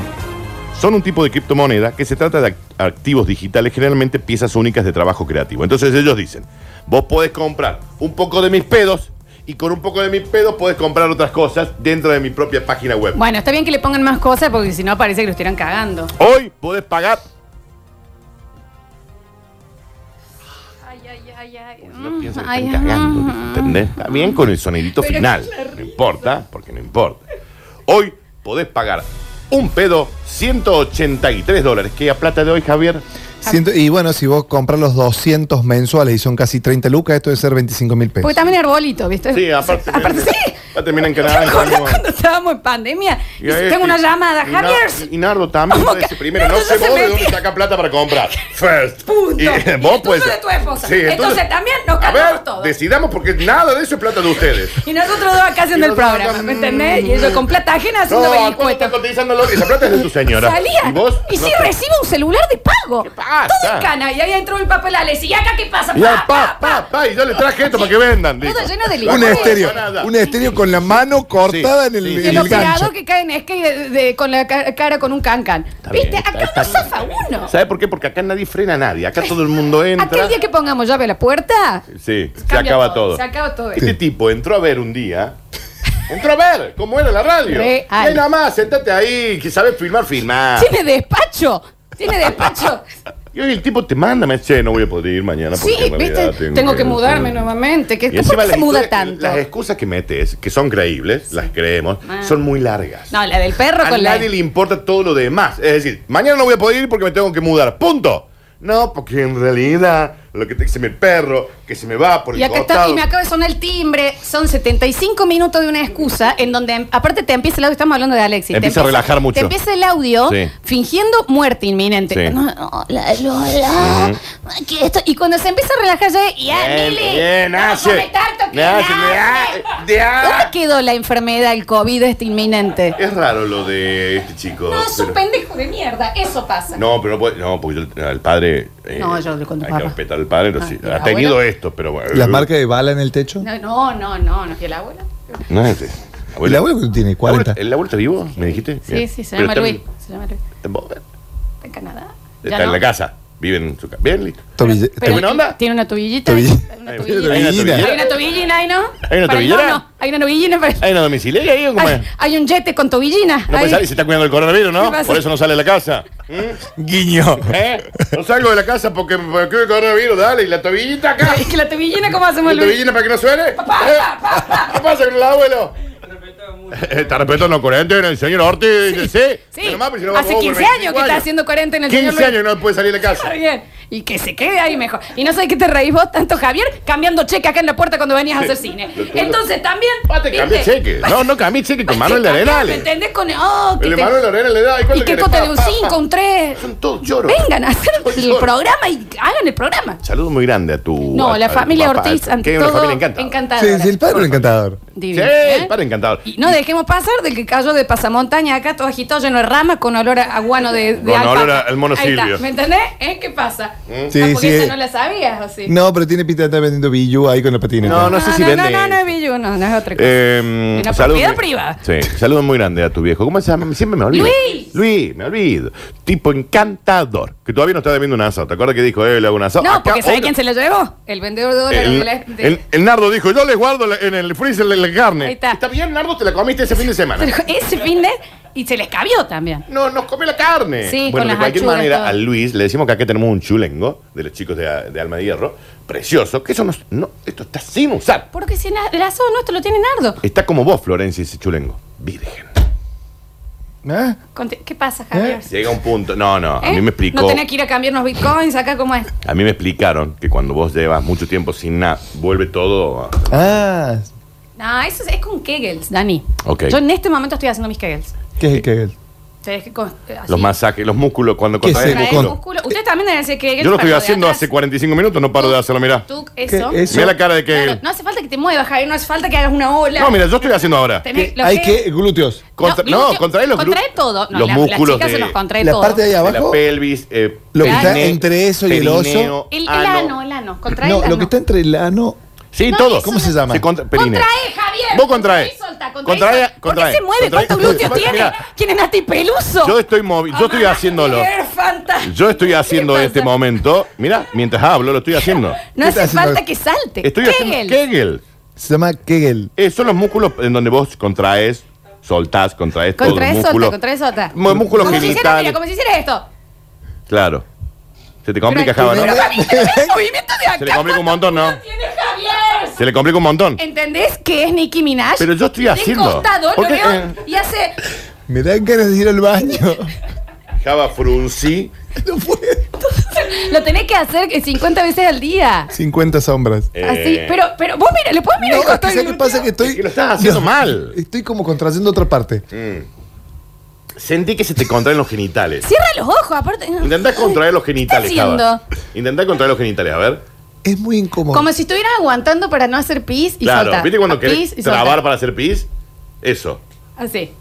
[SPEAKER 2] son un tipo de criptomoneda que se trata de act- activos digitales, generalmente piezas únicas de trabajo creativo. Entonces ellos dicen, vos podés comprar un poco de mis pedos y con un poco de mis pedos podés comprar otras cosas dentro de mi propia página web.
[SPEAKER 1] Bueno, está bien que le pongan más cosas porque si no parece que lo estuvieran cagando.
[SPEAKER 2] Hoy podés pagar...
[SPEAKER 1] Ay, ay, ay, ay.
[SPEAKER 2] No pienso que
[SPEAKER 1] Ay,
[SPEAKER 2] estén cagando,
[SPEAKER 1] ajá.
[SPEAKER 2] ¿viste? ¿entendés? Está bien con el sonidito
[SPEAKER 1] Pero
[SPEAKER 2] final.
[SPEAKER 1] qué
[SPEAKER 2] No importa, porque no importa. Hoy podés pagar un pedo 183 dólares. ¿Qué a plata de hoy, Javier?
[SPEAKER 1] Ah.
[SPEAKER 3] Ciento- y bueno, si vos compras los 200 mensuales y son casi 30 lucas, esto debe ser 25 mil pesos.
[SPEAKER 1] Porque también es arbolito, ¿viste?
[SPEAKER 2] Sí, aparte-
[SPEAKER 1] Eh, sí.
[SPEAKER 2] Va a terminar en Canadá. en
[SPEAKER 1] Recuerdo
[SPEAKER 2] Panamá.
[SPEAKER 1] cuando estábamos en pandemia. Y
[SPEAKER 2] Y ahí-
[SPEAKER 1] tengo una
[SPEAKER 2] y-
[SPEAKER 1] llamada,
[SPEAKER 2] este, y Nar-
[SPEAKER 1] Javier.
[SPEAKER 2] Y Nardo también
[SPEAKER 1] ¿Cómo
[SPEAKER 2] puede decir
[SPEAKER 1] que?
[SPEAKER 2] primero, no
[SPEAKER 1] Nardo se
[SPEAKER 2] sé vos de
[SPEAKER 1] metía.
[SPEAKER 2] dónde saca plata para comprar. First.
[SPEAKER 1] Punto.
[SPEAKER 2] Y, eh,
[SPEAKER 1] Y el tuyo de tu esposa. Entonces, también nos
[SPEAKER 2] A
[SPEAKER 1] cargamos
[SPEAKER 2] ver,
[SPEAKER 1] todos.
[SPEAKER 2] decidamos porque nada de eso es plata de ustedes.
[SPEAKER 1] Y nosotros dos acá haciendo
[SPEAKER 2] Y
[SPEAKER 1] el
[SPEAKER 2] nosotros acá,
[SPEAKER 1] programa, ¿me
[SPEAKER 2] mm,
[SPEAKER 1] entendés? Y ellos con plata ajena haciendo
[SPEAKER 2] No, ¿cuánto
[SPEAKER 1] vericuetas.
[SPEAKER 2] está cotizando Loli? Esa plata es de tu señora.
[SPEAKER 1] Salía.
[SPEAKER 2] ¿Y vos?
[SPEAKER 1] Y sí
[SPEAKER 2] No sé.
[SPEAKER 1] recibe un celular de pago. ¿Qué
[SPEAKER 2] pasa?
[SPEAKER 1] Todo en cana. Y ahí entró el papel Alex. ¿Y acá qué pasa?
[SPEAKER 2] Y a pa, pa, pa, y yo le traje esto para que vendan. dijo.
[SPEAKER 1] Todo lleno de licor.
[SPEAKER 3] Un
[SPEAKER 1] Una
[SPEAKER 3] estéreo. Un estéreo con la mano cortada
[SPEAKER 2] Sí,
[SPEAKER 3] en el,
[SPEAKER 2] sí, sí.
[SPEAKER 3] en
[SPEAKER 1] El
[SPEAKER 3] el gancho.
[SPEAKER 1] operador que caen es que de- de- con la ca- cara con un cancan.
[SPEAKER 2] bien,
[SPEAKER 1] ¿Viste?
[SPEAKER 2] está-
[SPEAKER 1] Acá
[SPEAKER 2] está
[SPEAKER 1] no
[SPEAKER 2] bien,
[SPEAKER 1] zafa uno.
[SPEAKER 2] ¿Sabe por qué? Porque acá nadie frena a nadie. Acá todo el mundo entra.
[SPEAKER 1] Aquel día que pongamos llave a la puerta,
[SPEAKER 2] Sí, se
[SPEAKER 1] cambia
[SPEAKER 2] acaba
[SPEAKER 1] todo,
[SPEAKER 2] todo.
[SPEAKER 1] se acaba todo.
[SPEAKER 2] Este tipo entró a ver un día. Entró a ver cómo era la radio.
[SPEAKER 1] Real.
[SPEAKER 2] Y ahí nada más, sentate ahí, que sabes filmar, filmar.
[SPEAKER 1] tiene despacho. Tiene despacho.
[SPEAKER 2] Y hoy el tipo te manda, me dice, "Che, no voy a poder ir mañana Ah, porque
[SPEAKER 1] Sí,
[SPEAKER 2] en realidad
[SPEAKER 1] ¿viste? Tengo, que, mudarme nuevamente. ¿Qué,
[SPEAKER 2] Y
[SPEAKER 1] ¿Por
[SPEAKER 2] encima
[SPEAKER 1] qué
[SPEAKER 2] las
[SPEAKER 1] se muda
[SPEAKER 2] historias-
[SPEAKER 1] tanto? Ah.
[SPEAKER 2] Las excusas que metes, que son creíbles, las creemos, son muy largas.
[SPEAKER 1] No, la del perro
[SPEAKER 2] a
[SPEAKER 1] con la...
[SPEAKER 2] nadie le importa todo lo demás. Es decir, mañana no voy a poder ir porque me tengo que mudar. Punto. No, porque en realidad lo que te dice mi perro, que se me va por el
[SPEAKER 1] Y acá está,
[SPEAKER 2] costado.
[SPEAKER 1] y me acaba de sonar el timbre. Son 75 minutos de una excusa en donde, em- aparte, te empieza el audio. Estamos hablando de Alexis. te
[SPEAKER 2] Empieza a relajar mucho.
[SPEAKER 1] Te empieza el audio
[SPEAKER 2] Sí.
[SPEAKER 1] fingiendo muerte inminente.
[SPEAKER 2] Sí.
[SPEAKER 1] No, hola, Lola. Aquí estoy. Y cuando se empieza a relajar, ya. es, Ya,
[SPEAKER 2] Bien,
[SPEAKER 1] Lili,
[SPEAKER 2] bien,
[SPEAKER 1] no
[SPEAKER 2] hace.
[SPEAKER 1] come tanto que
[SPEAKER 2] Nace,
[SPEAKER 1] nace.
[SPEAKER 2] de a- de a-
[SPEAKER 1] ¿Dónde quedó la enfermedad, el COVID, este inminente?
[SPEAKER 2] Es raro lo de este chico.
[SPEAKER 1] No, es un
[SPEAKER 2] pero-
[SPEAKER 1] pendejo de mierda. Eso pasa.
[SPEAKER 2] No, pero no, puede- no, porque yo, el padre. eh,
[SPEAKER 1] No, yo le conté
[SPEAKER 2] Hay
[SPEAKER 1] papá.
[SPEAKER 2] que respetar al padre, pero
[SPEAKER 1] Ah,
[SPEAKER 2] sí.
[SPEAKER 1] ¿y la
[SPEAKER 2] Ha tenido
[SPEAKER 1] abuela?
[SPEAKER 2] esto, pero bueno.
[SPEAKER 3] ¿La marca de bala en el techo?
[SPEAKER 1] No, no, no, no. ¿No es el abuelo?
[SPEAKER 2] No es este.
[SPEAKER 3] ¿Y la abuela que tiene? 40.
[SPEAKER 2] ¿El abuelo está vivo? ¿Me dijiste?
[SPEAKER 1] Sí,
[SPEAKER 2] Bien.
[SPEAKER 1] sí, se
[SPEAKER 2] Pero
[SPEAKER 1] llama
[SPEAKER 2] está-
[SPEAKER 1] Luis. Se llama Luis.
[SPEAKER 2] Está, en-
[SPEAKER 1] Está en Canadá.
[SPEAKER 2] está
[SPEAKER 1] Ya
[SPEAKER 2] en
[SPEAKER 1] no.
[SPEAKER 2] la casa. Vive en su casa. Bien, listo.
[SPEAKER 3] Tobille-
[SPEAKER 1] Pero
[SPEAKER 2] buena
[SPEAKER 1] ti-
[SPEAKER 2] onda?
[SPEAKER 1] Tiene una tobillita.
[SPEAKER 3] Tobill-
[SPEAKER 1] Hay una
[SPEAKER 2] Hay una
[SPEAKER 1] tobillina.
[SPEAKER 3] tobillina.
[SPEAKER 1] Hay una tobillina ahí, ¿no?
[SPEAKER 2] ¿Hay una
[SPEAKER 1] Para el
[SPEAKER 2] tobillera?
[SPEAKER 1] mono. Hay una tobillina. para-
[SPEAKER 2] ¿Hay una domiciliaria ahí o cómo
[SPEAKER 1] Hay,
[SPEAKER 2] es?
[SPEAKER 1] hay un yete con tobillina.
[SPEAKER 2] No
[SPEAKER 1] ahí.
[SPEAKER 2] puede salir, se está cuidando el coronavirus,
[SPEAKER 1] ¿Qué
[SPEAKER 2] ¿no?
[SPEAKER 1] pasa?
[SPEAKER 2] Por eso no sale de la casa. ¿Mm?
[SPEAKER 3] Guiño.
[SPEAKER 2] ¿Eh? No salgo de la casa porque me cuido el coronavirus, dale. ¿Y la tobillita acá?
[SPEAKER 1] Es que la tobillina, ¿cómo
[SPEAKER 2] ¿La
[SPEAKER 1] hacemos, Luis?
[SPEAKER 2] tobillina para que no suene? ¿Eh? ¿Qué pasa con el abuelo? Está respetando cuarentena el señor Ortiz. Sí, sí.
[SPEAKER 1] Sí,
[SPEAKER 2] Pero más, pero si no va
[SPEAKER 1] hace
[SPEAKER 2] por
[SPEAKER 1] 15
[SPEAKER 2] 25
[SPEAKER 1] años que está haciendo 40 en el
[SPEAKER 2] 15
[SPEAKER 1] señor Luis.
[SPEAKER 2] años no puede salir de casa.
[SPEAKER 1] Está bien. Y que se quede ahí mejor. Y no sé de qué te reís vos tanto, Javier, cambiando cheque acá en la puerta cuando venías a hacer cine.
[SPEAKER 2] Lo tuyo-
[SPEAKER 1] Entonces también.
[SPEAKER 2] Ah, te cambié
[SPEAKER 1] ¿viste?
[SPEAKER 2] cheque. No, no cambié cheque con Manuel de
[SPEAKER 1] Te cambié, ¿Me
[SPEAKER 2] Arenales.
[SPEAKER 1] entendés? Con. Oh, que
[SPEAKER 2] El
[SPEAKER 1] te-
[SPEAKER 2] Manuel de Arenales le da. cuál
[SPEAKER 1] Y
[SPEAKER 2] le
[SPEAKER 1] que
[SPEAKER 2] querés?
[SPEAKER 1] cote
[SPEAKER 2] Pa,
[SPEAKER 1] de un
[SPEAKER 2] pa,
[SPEAKER 1] 5,
[SPEAKER 2] pa.
[SPEAKER 1] un 3.
[SPEAKER 2] Son todos lloros.
[SPEAKER 1] Vengan a hacer
[SPEAKER 2] Todos
[SPEAKER 1] el
[SPEAKER 2] lloros.
[SPEAKER 1] programa y hagan el programa.
[SPEAKER 2] Saludo muy grande a tu.
[SPEAKER 1] No,
[SPEAKER 2] a-
[SPEAKER 1] la
[SPEAKER 2] a tu
[SPEAKER 1] familia
[SPEAKER 2] papá,
[SPEAKER 1] Ortiz,
[SPEAKER 2] que
[SPEAKER 1] ante
[SPEAKER 2] es una
[SPEAKER 1] todo,
[SPEAKER 2] familia encantadora.
[SPEAKER 3] Sí, sí, el padre era encantador.
[SPEAKER 2] Sí,
[SPEAKER 1] Divino, ¿eh?
[SPEAKER 2] el padre encantador.
[SPEAKER 1] Y no dejemos pasar del que cayó de pasamontaña acá, todo agitado, lleno de rama, con olor a guano de, de
[SPEAKER 2] Con
[SPEAKER 1] alpaca.
[SPEAKER 2] olor a- al mono
[SPEAKER 1] Ahí está,
[SPEAKER 2] Silvio. Mm.
[SPEAKER 1] ¿Me entendés? ¿Eh? ¿Qué pasa?
[SPEAKER 3] Sí,
[SPEAKER 1] ah, porque
[SPEAKER 3] sí.
[SPEAKER 1] esa no la sabías, ¿o sí?
[SPEAKER 3] No, pero tiene pinta de estar vendiendo billu ahí con la patineta.
[SPEAKER 2] No, no sé si
[SPEAKER 1] no, no,
[SPEAKER 2] vende-
[SPEAKER 1] no, no es Billu, no, no es otra cosa.
[SPEAKER 2] Eh,
[SPEAKER 1] Una
[SPEAKER 2] saludo
[SPEAKER 1] propiedad
[SPEAKER 2] muy-
[SPEAKER 1] privada.
[SPEAKER 2] Sí, saludo muy grande a tu viejo. ¿Cómo se llama? Siempre me olvido.
[SPEAKER 1] Luis.
[SPEAKER 2] Luis, me olvido. Tipo encantador. Que todavía no está debiendo un asado. ¿Te acuerdas que dijo, eh, le hago un asado?
[SPEAKER 1] no,
[SPEAKER 2] Acá
[SPEAKER 1] porque ¿sabés
[SPEAKER 2] hoy-
[SPEAKER 1] quién se la llevó? El vendedor de dólares de
[SPEAKER 2] El,
[SPEAKER 1] la... de-
[SPEAKER 2] el- el Nardo dijo, yo les guardo la- en el freezer la, la carne.
[SPEAKER 1] Ahí está.
[SPEAKER 2] bien, Nardo, te la comiste ese fin de semana.
[SPEAKER 1] Ese fin de... Y se les cabió también.
[SPEAKER 2] No, nos come la carne.
[SPEAKER 1] Sí, con
[SPEAKER 2] bueno, de
[SPEAKER 1] las
[SPEAKER 2] cualquier
[SPEAKER 1] achuras,
[SPEAKER 2] manera,
[SPEAKER 1] todo.
[SPEAKER 2] a Luis le decimos que acá tenemos un chulengo de los chicos de, de Alma de Hierro, precioso, que eso no, no, esto está sin usar.
[SPEAKER 1] Porque si na- el asado nuestro lo tiene Nardo.
[SPEAKER 2] Está como vos, Florencia, ese chulengo. Virgen.
[SPEAKER 3] ¿Eh?
[SPEAKER 1] Conte- ¿Qué pasa, Javier?
[SPEAKER 2] Llega un punto. No, no, a
[SPEAKER 1] ¿Eh?
[SPEAKER 2] mí me explicó.
[SPEAKER 1] No tenés que ir a cambiarnos bitcoins acá, ¿cómo es?
[SPEAKER 2] A mí me explicaron que cuando vos llevas mucho tiempo sin nada, vuelve todo. a-
[SPEAKER 3] Ah,
[SPEAKER 1] No, eso es, es con Kegels, Dani.
[SPEAKER 2] Ok.
[SPEAKER 1] Yo en este momento estoy haciendo mis Kegels.
[SPEAKER 3] ¿qué es el Kegel?
[SPEAKER 1] Ustedes que con- eh, así,
[SPEAKER 2] Los masajes, los músculos, cuando
[SPEAKER 3] ¿Qué
[SPEAKER 2] contraen
[SPEAKER 3] es
[SPEAKER 2] el
[SPEAKER 3] el
[SPEAKER 1] traen
[SPEAKER 3] con-
[SPEAKER 2] músculo.
[SPEAKER 1] músculo. Ustedes también deben hacer Kegels.
[SPEAKER 2] Yo lo
[SPEAKER 1] para
[SPEAKER 2] estoy
[SPEAKER 1] de
[SPEAKER 2] haciendo
[SPEAKER 1] atrás.
[SPEAKER 2] hace 45 minutos, no paro de hacerlo, mirá.
[SPEAKER 1] Tuk, eso.
[SPEAKER 3] ¿Qué es?
[SPEAKER 2] Mira la cara de que.
[SPEAKER 1] Claro, no hace falta que te muevas, Javier. No hace falta que hagas una ola.
[SPEAKER 2] No, mira, yo estoy haciendo ahora.
[SPEAKER 1] Tenés los
[SPEAKER 3] Hay
[SPEAKER 1] Kegels.
[SPEAKER 3] que glúteos.
[SPEAKER 2] Contra-
[SPEAKER 1] No,
[SPEAKER 2] no,
[SPEAKER 1] glúteo-
[SPEAKER 2] contrae los glu-
[SPEAKER 1] Contrae todo. No,
[SPEAKER 2] los
[SPEAKER 1] la-
[SPEAKER 2] músculos
[SPEAKER 1] Las chicas se
[SPEAKER 2] de-
[SPEAKER 1] los contrae
[SPEAKER 3] La
[SPEAKER 1] todo.
[SPEAKER 3] parte de ahí
[SPEAKER 2] de la
[SPEAKER 3] abajo.
[SPEAKER 2] pelvis. eh,
[SPEAKER 3] Lo que
[SPEAKER 1] está
[SPEAKER 2] pene,
[SPEAKER 3] entre eso y el oso.
[SPEAKER 2] perineo,
[SPEAKER 1] El, el ano, el ano. Contrae el
[SPEAKER 3] No,
[SPEAKER 1] ano.
[SPEAKER 3] lo que está entre el ano.
[SPEAKER 2] Sí,
[SPEAKER 1] No,
[SPEAKER 2] todo.
[SPEAKER 1] eso ¿Cómo no- se
[SPEAKER 3] llama?
[SPEAKER 2] contra- perineo.
[SPEAKER 1] Contrae, E, Javier.
[SPEAKER 2] Vos E. contrae.
[SPEAKER 1] Contrae, y solta, contrae. y
[SPEAKER 2] Contrae,
[SPEAKER 1] solta. ¿Por qué
[SPEAKER 2] contrae,
[SPEAKER 1] se mueve?
[SPEAKER 2] contrae.
[SPEAKER 1] ¿Cuántos glúteos
[SPEAKER 2] Mira,
[SPEAKER 1] tiene? ¿Quién es Nati Peluso?
[SPEAKER 2] E. Yo estoy movi- yo estoy haciéndolo. Yo estoy haciendo en este
[SPEAKER 1] momento.
[SPEAKER 2] momento. Mira, mientras hablo, lo estoy haciendo.
[SPEAKER 1] No
[SPEAKER 3] ¿Qué
[SPEAKER 1] hace
[SPEAKER 3] estás haciendo?
[SPEAKER 1] falta que salte.
[SPEAKER 2] Estoy
[SPEAKER 1] Kegel.
[SPEAKER 2] haciendo Kegel.
[SPEAKER 3] Se llama Kegel.
[SPEAKER 2] Eh, son los músculos en donde vos contraes, soltás, contraes todo
[SPEAKER 1] Contrae
[SPEAKER 2] el
[SPEAKER 1] solta,
[SPEAKER 2] músculo.
[SPEAKER 1] contrae solta.
[SPEAKER 2] Mu- Músculo
[SPEAKER 1] Como si hiciera, mira,
[SPEAKER 2] genital.
[SPEAKER 1] como si hiciera esto.
[SPEAKER 2] Claro. Se te complica,
[SPEAKER 1] Pero-
[SPEAKER 2] Java, ¿no?
[SPEAKER 1] Pero Javier, el movimiento de acá.
[SPEAKER 2] Se le complica un
[SPEAKER 1] ¿cuánto
[SPEAKER 2] montón, ¿no?
[SPEAKER 1] culo tiene Javier?
[SPEAKER 2] Se le complica un montón.
[SPEAKER 1] ¿Entendés que es Nicki Minaj?
[SPEAKER 2] Pero yo estoy
[SPEAKER 1] De
[SPEAKER 2] haciendo.
[SPEAKER 1] costado, lo
[SPEAKER 2] ¿Por qué?
[SPEAKER 1] veo,
[SPEAKER 2] Eh.
[SPEAKER 1] y hace...
[SPEAKER 3] Me dan ganas de ir al baño.
[SPEAKER 2] Java fruncí.
[SPEAKER 3] No puedo.
[SPEAKER 1] Lo tenés que hacer que 50 veces al día.
[SPEAKER 3] 50 sombras.
[SPEAKER 2] Eh,
[SPEAKER 1] Así, Ah, pero, pero vos mira, le puedes mirar
[SPEAKER 3] No,
[SPEAKER 1] el costado
[SPEAKER 3] ¿sabes qué
[SPEAKER 1] glúteo?
[SPEAKER 3] pasa? Que estoy.
[SPEAKER 2] Es que lo estás haciendo mal.
[SPEAKER 3] Estoy como contrayendo otra parte.
[SPEAKER 2] Sentí que se te contraen los genitales.
[SPEAKER 1] Cierra los ojos, aparte.
[SPEAKER 2] Intentá controlar los genitales,
[SPEAKER 1] ¿Qué está
[SPEAKER 2] Java.
[SPEAKER 1] haciendo?
[SPEAKER 2] Intentá controlar los genitales, a ver.
[SPEAKER 3] Es muy incómodo.
[SPEAKER 1] Como si estuvieras aguantando para no hacer pis y
[SPEAKER 2] claro,
[SPEAKER 1] soltar.
[SPEAKER 2] ¿viste cuando
[SPEAKER 1] Ah,
[SPEAKER 2] querés
[SPEAKER 1] pis y
[SPEAKER 2] trabar
[SPEAKER 1] soltar. Ah,
[SPEAKER 2] para hacer pis? Eso.
[SPEAKER 1] Así.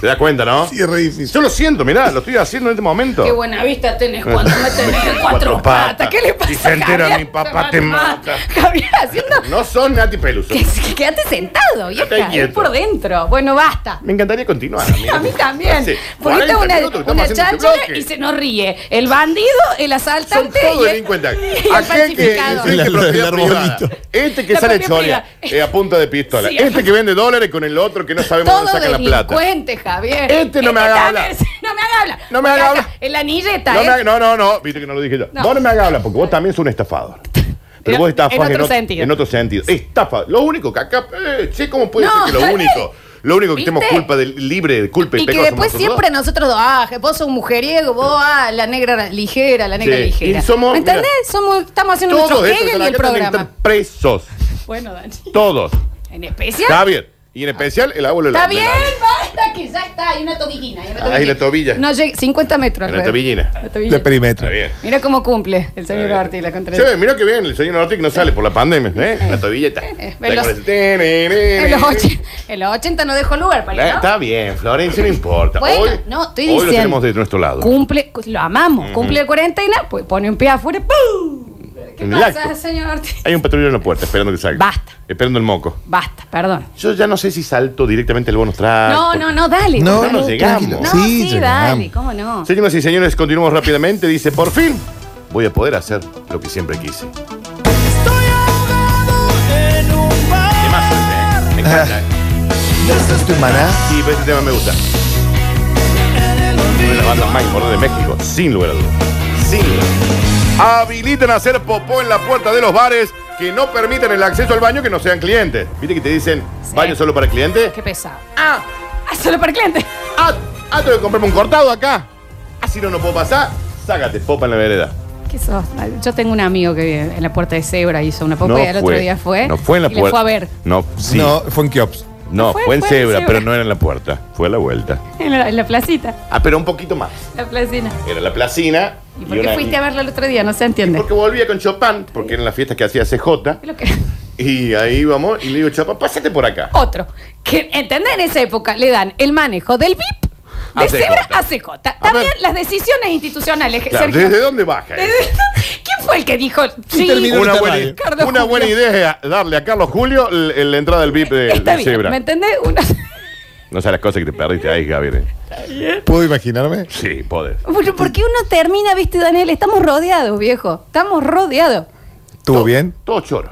[SPEAKER 2] ¿Te das cuenta, no?
[SPEAKER 3] Sí, es re difícil.
[SPEAKER 2] Yo lo siento, mirá, lo estoy haciendo en este momento.
[SPEAKER 1] Qué buena vista tenés cuando me tenés en cuatro
[SPEAKER 2] Cuatro
[SPEAKER 1] patas.
[SPEAKER 2] patas.
[SPEAKER 1] ¿Qué le pasa?
[SPEAKER 2] Si se entera,
[SPEAKER 1] Javier? Ah,
[SPEAKER 2] mi papá te mata.
[SPEAKER 1] Javier, haciendo.
[SPEAKER 2] No son Nati Peluso.
[SPEAKER 1] Que, que quédate sentado,
[SPEAKER 2] Quédate
[SPEAKER 1] vieja. Es
[SPEAKER 2] quieto.
[SPEAKER 1] por dentro. Bueno, basta.
[SPEAKER 2] Me encantaría continuar.
[SPEAKER 1] A mí también.
[SPEAKER 2] Por
[SPEAKER 1] Ponete una, una chancha y
[SPEAKER 2] se
[SPEAKER 1] se nos ríe. El bandido, el asaltante.
[SPEAKER 2] este Son todos
[SPEAKER 1] y el-
[SPEAKER 2] delincuentes.
[SPEAKER 1] Y el
[SPEAKER 2] Aquel que,
[SPEAKER 1] falsificador.
[SPEAKER 2] el que
[SPEAKER 3] El
[SPEAKER 2] propiedad privada.
[SPEAKER 3] arbolito.
[SPEAKER 2] Este que
[SPEAKER 1] La
[SPEAKER 2] sale
[SPEAKER 1] propiedad
[SPEAKER 2] choria
[SPEAKER 1] privada.
[SPEAKER 2] eh, a punta de pistola.
[SPEAKER 1] Sí,
[SPEAKER 2] este que vende dólares con el otro que no sabemos
[SPEAKER 1] Todo
[SPEAKER 2] dónde saca la plata.
[SPEAKER 1] delincuente, Javier.
[SPEAKER 2] Este no me haga
[SPEAKER 1] también
[SPEAKER 2] hablar.
[SPEAKER 1] es- No me haga hablar.
[SPEAKER 2] No me haga
[SPEAKER 1] Acá,
[SPEAKER 2] hablar.
[SPEAKER 1] En la anilleta,
[SPEAKER 2] No,
[SPEAKER 1] ¿eh?
[SPEAKER 2] me haga- no, no, no, viste que no lo dije yo.
[SPEAKER 1] No.
[SPEAKER 2] No, no me hagas hablar, porque vos también sos un estafador. Pero
[SPEAKER 1] En-
[SPEAKER 2] vos estafás
[SPEAKER 1] en otro
[SPEAKER 2] en, ot-
[SPEAKER 1] sentido.
[SPEAKER 2] en otro sentido. Estafa. Lo único que acá. Eh, che, ¿cómo puede
[SPEAKER 1] No,
[SPEAKER 2] ser que lo
[SPEAKER 1] Daniel.
[SPEAKER 2] único? Lo único que
[SPEAKER 1] ¿Viste?
[SPEAKER 2] estemos culpa del libre, de culpa y,
[SPEAKER 1] Y
[SPEAKER 2] pecado
[SPEAKER 1] que
[SPEAKER 2] somos
[SPEAKER 1] después
[SPEAKER 2] nosotros
[SPEAKER 1] siempre nosotros, dos, ah, vos sos un mujeriego, vos, ah, la negra ligera, la negra
[SPEAKER 2] Sí,
[SPEAKER 1] ligera.
[SPEAKER 2] y somos-
[SPEAKER 1] ¿Me ¿Entendés?
[SPEAKER 2] mira.
[SPEAKER 1] Somos, estamos haciendo
[SPEAKER 2] Todos
[SPEAKER 1] nuestro
[SPEAKER 2] estos que
[SPEAKER 1] Hegel
[SPEAKER 2] están
[SPEAKER 1] y el
[SPEAKER 2] acá también
[SPEAKER 1] programa.
[SPEAKER 2] están presos.
[SPEAKER 1] Bueno, Dani.
[SPEAKER 2] Todos.
[SPEAKER 1] En especial.
[SPEAKER 2] Está bien. Y en especial el abuelo de la-
[SPEAKER 1] Está
[SPEAKER 2] de
[SPEAKER 1] bien,
[SPEAKER 2] la-
[SPEAKER 1] basta, que ya está. Hay una tobillina. Hay una
[SPEAKER 2] Ah, y la tobilla.
[SPEAKER 1] No llega, 50 metros.
[SPEAKER 2] En la
[SPEAKER 1] alrededor.
[SPEAKER 2] tobillina.
[SPEAKER 1] La
[SPEAKER 3] De perimetro.
[SPEAKER 2] Está bien.
[SPEAKER 1] Mira cómo cumple el señor
[SPEAKER 2] bien.
[SPEAKER 1] Ortiz la
[SPEAKER 2] Che,
[SPEAKER 1] contraria.
[SPEAKER 2] mira que bien, el señor Ortiz no sale por la pandemia, ¿eh? La tobilleta.
[SPEAKER 1] eh,
[SPEAKER 2] Está con
[SPEAKER 1] veloz.
[SPEAKER 2] el-
[SPEAKER 1] En los, och- en los 80 no dejó lugar para
[SPEAKER 2] Eh,
[SPEAKER 1] ir, ¿no?
[SPEAKER 2] Está bien, Florencia, no importa.
[SPEAKER 1] Bueno,
[SPEAKER 2] hoy,
[SPEAKER 1] no, estoy
[SPEAKER 2] hoy
[SPEAKER 1] diciendo.
[SPEAKER 2] lo tenemos de nuestro lado.
[SPEAKER 1] Cumple, lo amamos, cumple la cuarentena, pues pone un pie afuera, ¡pum! ¿Qué
[SPEAKER 2] En el
[SPEAKER 1] pasa,
[SPEAKER 2] acto.
[SPEAKER 1] señor Ortiz?
[SPEAKER 2] Hay un patrullero en la puerta esperando que salga.
[SPEAKER 1] Basta.
[SPEAKER 2] Esperando el moco.
[SPEAKER 1] Basta, perdón.
[SPEAKER 2] Yo ya no sé si salto directamente el bonus track.
[SPEAKER 1] No,
[SPEAKER 2] porque-
[SPEAKER 1] no, no, dale.
[SPEAKER 3] No,
[SPEAKER 1] dale.
[SPEAKER 2] Ah, no llegamos.
[SPEAKER 1] No,
[SPEAKER 3] tranquilo.
[SPEAKER 1] sí,
[SPEAKER 3] llegamos.
[SPEAKER 1] dale, cómo no.
[SPEAKER 2] Señoras y señores, continuamos rápidamente. Dice, por fin voy a poder hacer lo que siempre quise. Qué más suerte, ¿eh? Me encanta. ¿eh?
[SPEAKER 3] ¿Esto es maná?
[SPEAKER 2] Sí, pero este tema me gusta. Una de las bandas más importantes de México, sin lugar a dudas. Sin lugar a dudas. Habilitan a hacer popó en la puerta de los bares que no permiten el acceso al baño que no sean clientes. ¿Viste que te dicen
[SPEAKER 1] Sí.
[SPEAKER 2] baño solo para clientes?
[SPEAKER 1] Qué pesado.
[SPEAKER 2] Ah,
[SPEAKER 1] Ah, solo para el cliente.
[SPEAKER 2] ah, ah, tengo que comprarme un cortado acá. Ah, si no, no puedo pasar. Sácate, popa en la vereda.
[SPEAKER 1] ¿Qué sos? Yo tengo un amigo que en la puerta de Zebra hizo una popa
[SPEAKER 2] No
[SPEAKER 1] y el otro día fue.
[SPEAKER 2] No fue en la
[SPEAKER 1] y
[SPEAKER 2] puerta.
[SPEAKER 1] Le fue a ver.
[SPEAKER 2] No, sí.
[SPEAKER 3] No,
[SPEAKER 2] No,
[SPEAKER 3] fue en
[SPEAKER 1] Fue-
[SPEAKER 3] Kiops.
[SPEAKER 2] fue, en
[SPEAKER 1] fue en
[SPEAKER 2] cebra,
[SPEAKER 1] Zebra.
[SPEAKER 2] pero no era en la puerta. Fue a la vuelta.
[SPEAKER 1] En la, en la placita.
[SPEAKER 2] Ah, pero un poquito más.
[SPEAKER 1] La placina.
[SPEAKER 2] Era la placina.
[SPEAKER 1] ¿Y por qué
[SPEAKER 2] una-
[SPEAKER 1] fuiste a verla el otro día? No se entiende.
[SPEAKER 2] Porque volvía con Chopin, porque eran las fiestas que hacía CJ.
[SPEAKER 1] Es lo que-
[SPEAKER 2] Y ahí vamos, y le digo, Chopin, pásate por acá.
[SPEAKER 1] Otro. Que, ¿Entendés? En esa época le dan el manejo del VIP de
[SPEAKER 2] A CJ.
[SPEAKER 1] Zebra a CJ. También
[SPEAKER 2] ver.
[SPEAKER 1] las decisiones institucionales. que-
[SPEAKER 2] Claro,
[SPEAKER 1] Sergio.
[SPEAKER 2] ¿Desde dónde baja? eh?
[SPEAKER 1] ¿Desde dónde- ¿Quién fue el que dijo? Sí,
[SPEAKER 3] terminó
[SPEAKER 2] Una
[SPEAKER 3] Está
[SPEAKER 2] buena,
[SPEAKER 3] mal.
[SPEAKER 1] Carlos
[SPEAKER 2] una
[SPEAKER 1] Julio.
[SPEAKER 2] buena idea es darle a Carlos Julio l- el- la entrada del VIP de,
[SPEAKER 1] está
[SPEAKER 2] de
[SPEAKER 1] bien.
[SPEAKER 2] Zebra.
[SPEAKER 1] ¿Me entendés? Una-
[SPEAKER 2] No sabes las cosas que te perdiste ahí, Javier. eh.
[SPEAKER 3] ¿Puedo imaginarme?
[SPEAKER 2] Sí, podés.
[SPEAKER 1] Bueno, porque uno termina, viste, Daniel, estamos rodeados, viejo. Estamos rodeados.
[SPEAKER 3] ¿Estuvo bien?
[SPEAKER 2] Todo choro.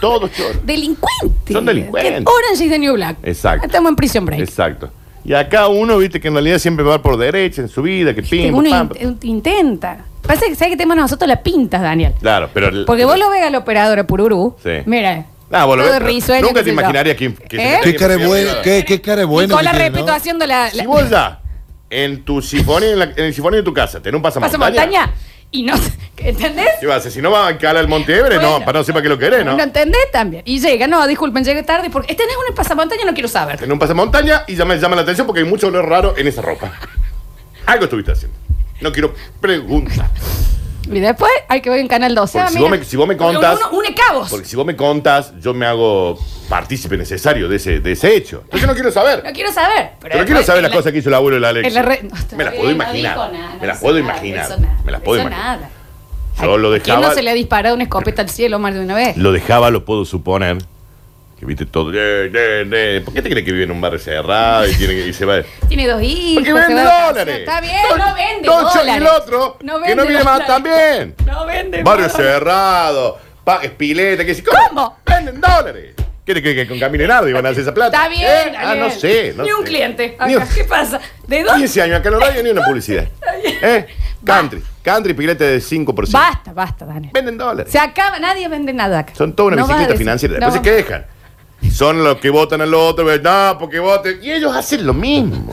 [SPEAKER 2] Todo choro.
[SPEAKER 1] Delincuentes.
[SPEAKER 2] Son delincuentes.
[SPEAKER 1] Que Orange is the New Black.
[SPEAKER 2] Exacto.
[SPEAKER 1] Estamos en prison break.
[SPEAKER 2] Exacto. Y acá uno, viste, que en realidad siempre va por derecha en su vida, que
[SPEAKER 1] Que
[SPEAKER 2] pim,
[SPEAKER 1] uno
[SPEAKER 2] pam.
[SPEAKER 1] in- eh, intenta. Pasa que sabes que tenemos nosotros las pintas, Daniel.
[SPEAKER 2] Claro, pero. el-
[SPEAKER 1] Porque vos lo ves al operador a Pururú.
[SPEAKER 2] Sí.
[SPEAKER 1] Mira.
[SPEAKER 2] Ah, vos lo
[SPEAKER 1] todo
[SPEAKER 2] ves, pero
[SPEAKER 1] risueño,
[SPEAKER 2] nunca
[SPEAKER 1] qué
[SPEAKER 2] te
[SPEAKER 1] sé yo.
[SPEAKER 2] imaginarías que- que se
[SPEAKER 1] ¿Eh?
[SPEAKER 2] mete-
[SPEAKER 3] ¿Qué cara buena? ¿Qué, qué cara buena?
[SPEAKER 1] Nicola
[SPEAKER 3] que tiene,
[SPEAKER 1] Repeto
[SPEAKER 3] ¿no?
[SPEAKER 1] haciendo la. la-
[SPEAKER 2] Si vos ya en tu sifonía, en, la- en el sifonía de tu casa, tenés un
[SPEAKER 1] Pasa
[SPEAKER 2] pasamontaña.
[SPEAKER 1] montaña. Y no. ¿Entendés?
[SPEAKER 2] ¿Qué vas a hacer? Si no va a calar al Monte Everest,
[SPEAKER 1] Bueno.
[SPEAKER 2] no, para no sepa que lo querés, ¿no?
[SPEAKER 1] ¿No entendés también? Y llega, no, disculpen, llegué tarde porque este no es un pasamontaña, no quiero saber.
[SPEAKER 2] En un pasamontaña y ya me llama la atención porque hay mucho olor raro en esa ropa. Algo estuviste haciendo. No quiero preguntar.
[SPEAKER 1] Y después hay que ver en Canal 12.
[SPEAKER 2] Porque
[SPEAKER 1] Ah,
[SPEAKER 2] si
[SPEAKER 1] mira.
[SPEAKER 2] vos me- si vos me contás-
[SPEAKER 1] Uno une cabos.
[SPEAKER 2] Porque si vos me contas, yo me hago partícipe necesario de ese, de ese hecho. Entonces yo no quiero
[SPEAKER 1] No
[SPEAKER 2] saber.
[SPEAKER 1] quiero saber.
[SPEAKER 2] Pero no quiero saber las cosas que hizo el abuelo de la
[SPEAKER 1] en la
[SPEAKER 2] Alex.
[SPEAKER 1] red- no, está
[SPEAKER 2] Me las
[SPEAKER 1] bien,
[SPEAKER 2] puedo
[SPEAKER 1] no
[SPEAKER 2] imaginar.
[SPEAKER 1] dijo nada, no
[SPEAKER 2] Me las
[SPEAKER 1] hizo
[SPEAKER 2] puedo
[SPEAKER 1] nada,
[SPEAKER 2] imaginar.
[SPEAKER 1] no hizo nada,
[SPEAKER 2] Me las
[SPEAKER 1] no
[SPEAKER 2] puedo
[SPEAKER 1] hizo
[SPEAKER 2] imaginar.
[SPEAKER 1] nada.
[SPEAKER 2] Yo lo
[SPEAKER 1] ¿A quién
[SPEAKER 2] dejaba.
[SPEAKER 1] no se le ha disparado una escopeta al cielo más de una vez?
[SPEAKER 2] Lo dejaba, lo puedo suponer. Que viste todo. "Eh, eh, eh". ¿Por qué te crees que vive en un barrio cerrado y, tiene que- y se va?
[SPEAKER 1] Tiene dos hijos.
[SPEAKER 2] Porque
[SPEAKER 1] se va
[SPEAKER 2] vende
[SPEAKER 1] de vacaciones.
[SPEAKER 2] dólares.
[SPEAKER 1] Está bien,
[SPEAKER 2] Son-
[SPEAKER 1] no vende
[SPEAKER 2] son yo-
[SPEAKER 1] dólares.
[SPEAKER 2] Y el otro, que no viene más
[SPEAKER 1] dólares.
[SPEAKER 2] también.
[SPEAKER 1] No vende
[SPEAKER 2] Barrio
[SPEAKER 1] dólares.
[SPEAKER 2] cerrado, pagues pileta, que si
[SPEAKER 1] ¿Cómo?
[SPEAKER 2] Venden dólares. ¿Qué te crees que con Camino Nardo iban a hacer esa plata?
[SPEAKER 1] Está bien.
[SPEAKER 2] ¿Eh?
[SPEAKER 1] está
[SPEAKER 2] Ah, no
[SPEAKER 1] bien.
[SPEAKER 2] sé. no
[SPEAKER 1] ni un
[SPEAKER 2] sé.
[SPEAKER 1] cliente.
[SPEAKER 2] Ni
[SPEAKER 1] Acá,
[SPEAKER 2] un-
[SPEAKER 1] ¿Qué pasa? ¿De dónde?
[SPEAKER 2] 15 años acá en la radio ni una publicidad.
[SPEAKER 1] bien.
[SPEAKER 2] ¿Eh? Country. Country pilete de 5%.
[SPEAKER 1] Basta, basta, Daniel.
[SPEAKER 2] Venden dólares.
[SPEAKER 1] Se acaba, nadie vende nada acá.
[SPEAKER 2] Son toda una
[SPEAKER 1] No vas a
[SPEAKER 2] bicicleta
[SPEAKER 1] decir-
[SPEAKER 2] financiera.
[SPEAKER 1] no
[SPEAKER 2] Después se quejan. Son los que votan al otro, ¿verdad? Porque voten. Y ellos hacen lo mismo.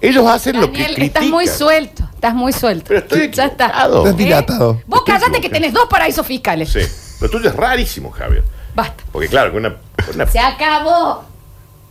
[SPEAKER 2] Ellos hacen lo que
[SPEAKER 1] Daniel, estás
[SPEAKER 2] critican.
[SPEAKER 1] muy suelto. Estás muy suelto.
[SPEAKER 2] Pero estoy
[SPEAKER 1] ya está.
[SPEAKER 2] equivocado.
[SPEAKER 3] Estás dilatado.
[SPEAKER 1] ¿Eh? Vos callate que
[SPEAKER 2] equivocado.
[SPEAKER 1] tenés dos paraísos fiscales.
[SPEAKER 2] Sí. Lo tuyo es rarísimo, Javier.
[SPEAKER 1] Basta.
[SPEAKER 2] Porque claro, con una, con una,
[SPEAKER 1] Se acabó.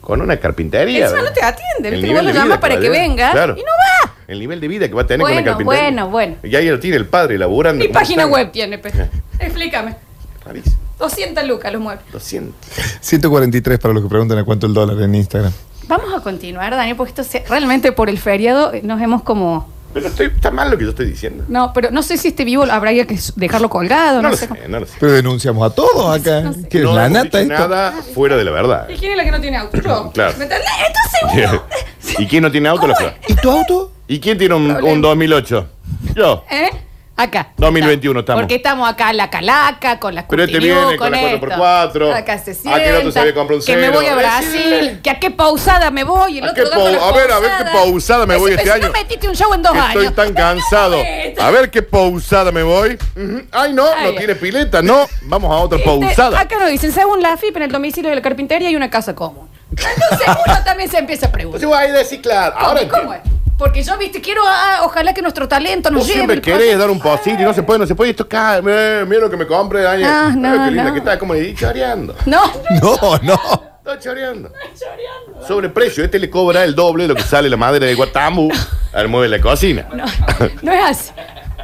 [SPEAKER 2] con una carpintería.
[SPEAKER 1] Eso no te atiende.
[SPEAKER 2] El
[SPEAKER 1] ¿viste?
[SPEAKER 2] nivel
[SPEAKER 1] Vos lo
[SPEAKER 2] de vida
[SPEAKER 1] llamas para
[SPEAKER 2] va
[SPEAKER 1] que
[SPEAKER 2] a tener.
[SPEAKER 1] venga
[SPEAKER 2] Claro.
[SPEAKER 1] y no va.
[SPEAKER 2] El nivel de vida que va a tener con
[SPEAKER 1] Bueno,
[SPEAKER 2] la carpintería.
[SPEAKER 1] bueno, bueno.
[SPEAKER 2] Y ahí lo tiene el padre laburando.
[SPEAKER 1] Ni
[SPEAKER 2] ¿Cómo
[SPEAKER 1] página
[SPEAKER 2] están?
[SPEAKER 1] web tiene, pe. Explícame.
[SPEAKER 2] Rarísimo.
[SPEAKER 1] 200 lucas los muebles.
[SPEAKER 2] 200.
[SPEAKER 3] 143 para los que preguntan a cuánto el dólar en Instagram.
[SPEAKER 1] Vamos a continuar, Daniel, porque esto se- realmente por el feriado eh, nos hemos como.
[SPEAKER 2] Pero estoy, está mal lo que yo estoy diciendo.
[SPEAKER 1] No, pero no sé si este vivo habrá que s- dejarlo colgado.
[SPEAKER 2] No,
[SPEAKER 1] No,
[SPEAKER 2] lo
[SPEAKER 1] sé.
[SPEAKER 2] sé,
[SPEAKER 1] cómo-
[SPEAKER 2] no lo sé.
[SPEAKER 3] Pero denunciamos a todos acá.
[SPEAKER 1] No sé.
[SPEAKER 3] ¿Qué es
[SPEAKER 2] No
[SPEAKER 3] la
[SPEAKER 2] hemos
[SPEAKER 3] nata
[SPEAKER 2] dicho
[SPEAKER 3] esto?
[SPEAKER 2] nada fuera de la verdad.
[SPEAKER 1] ¿Y quién es la que no tiene auto? Yo.
[SPEAKER 2] Claro.
[SPEAKER 1] ¿Me entendés? Entonces uno.
[SPEAKER 2] ¿Y quién no tiene auto? La Flor.
[SPEAKER 3] ¿Y tu auto?
[SPEAKER 2] ¿Y quién tiene un,
[SPEAKER 1] Problema.
[SPEAKER 2] un 2008? Yo.
[SPEAKER 1] ¿Eh? Acá.
[SPEAKER 2] 2021 estamos.
[SPEAKER 1] Porque estamos acá la calaca, con la
[SPEAKER 2] Pero este
[SPEAKER 1] Curtiniú,
[SPEAKER 2] viene con la
[SPEAKER 1] esto.
[SPEAKER 2] 4x4.
[SPEAKER 1] Acá se
[SPEAKER 2] Ah, que el otro
[SPEAKER 1] sienta.
[SPEAKER 2] sabía comprar un
[SPEAKER 1] Que me
[SPEAKER 2] cero.
[SPEAKER 1] voy a Brasil.
[SPEAKER 2] Decirle.
[SPEAKER 1] Que a qué pausada me voy. El
[SPEAKER 2] ¿A
[SPEAKER 1] otro
[SPEAKER 2] qué
[SPEAKER 1] dando
[SPEAKER 2] pau-
[SPEAKER 1] la
[SPEAKER 2] a ver, a ver qué pausada me voy
[SPEAKER 1] Ese
[SPEAKER 2] este
[SPEAKER 1] vecino
[SPEAKER 2] año.
[SPEAKER 1] metiste un show en dos años.
[SPEAKER 2] Estoy tan cansado. A ver qué pausada me voy. Ujú. Ay, no,
[SPEAKER 1] Ay,
[SPEAKER 2] no
[SPEAKER 1] ay.
[SPEAKER 2] tiene pileta. No, vamos a otra
[SPEAKER 1] Este,
[SPEAKER 2] pausada.
[SPEAKER 1] Acá nos dicen, según la FIP, en el domicilio de la carpintería hay una casa común. Entonces uno también se empieza a preguntar.
[SPEAKER 2] Entonces Pues voy a ir a decir, claro,
[SPEAKER 1] ¿Cómo,
[SPEAKER 2] ahora
[SPEAKER 1] cómo es?
[SPEAKER 2] entiendo.
[SPEAKER 1] Porque yo, viste, quiero, ah, ojalá que nuestro talento nos
[SPEAKER 2] Vos
[SPEAKER 1] lleve.
[SPEAKER 2] siempre querés dar un posito y no se puede, no se puede. Y esto cae. Eh, mira lo que me compré, Daniel.
[SPEAKER 1] Ah,
[SPEAKER 2] Mira
[SPEAKER 1] no,
[SPEAKER 2] qué linda
[SPEAKER 1] no.
[SPEAKER 2] que está, como le choreando.
[SPEAKER 1] No,
[SPEAKER 3] No, no.
[SPEAKER 2] Está choreando. Sobreprecio. Este le cobra el doble de lo que sale la madre de Guatambu al mueble de la cocina.
[SPEAKER 1] no, no es así.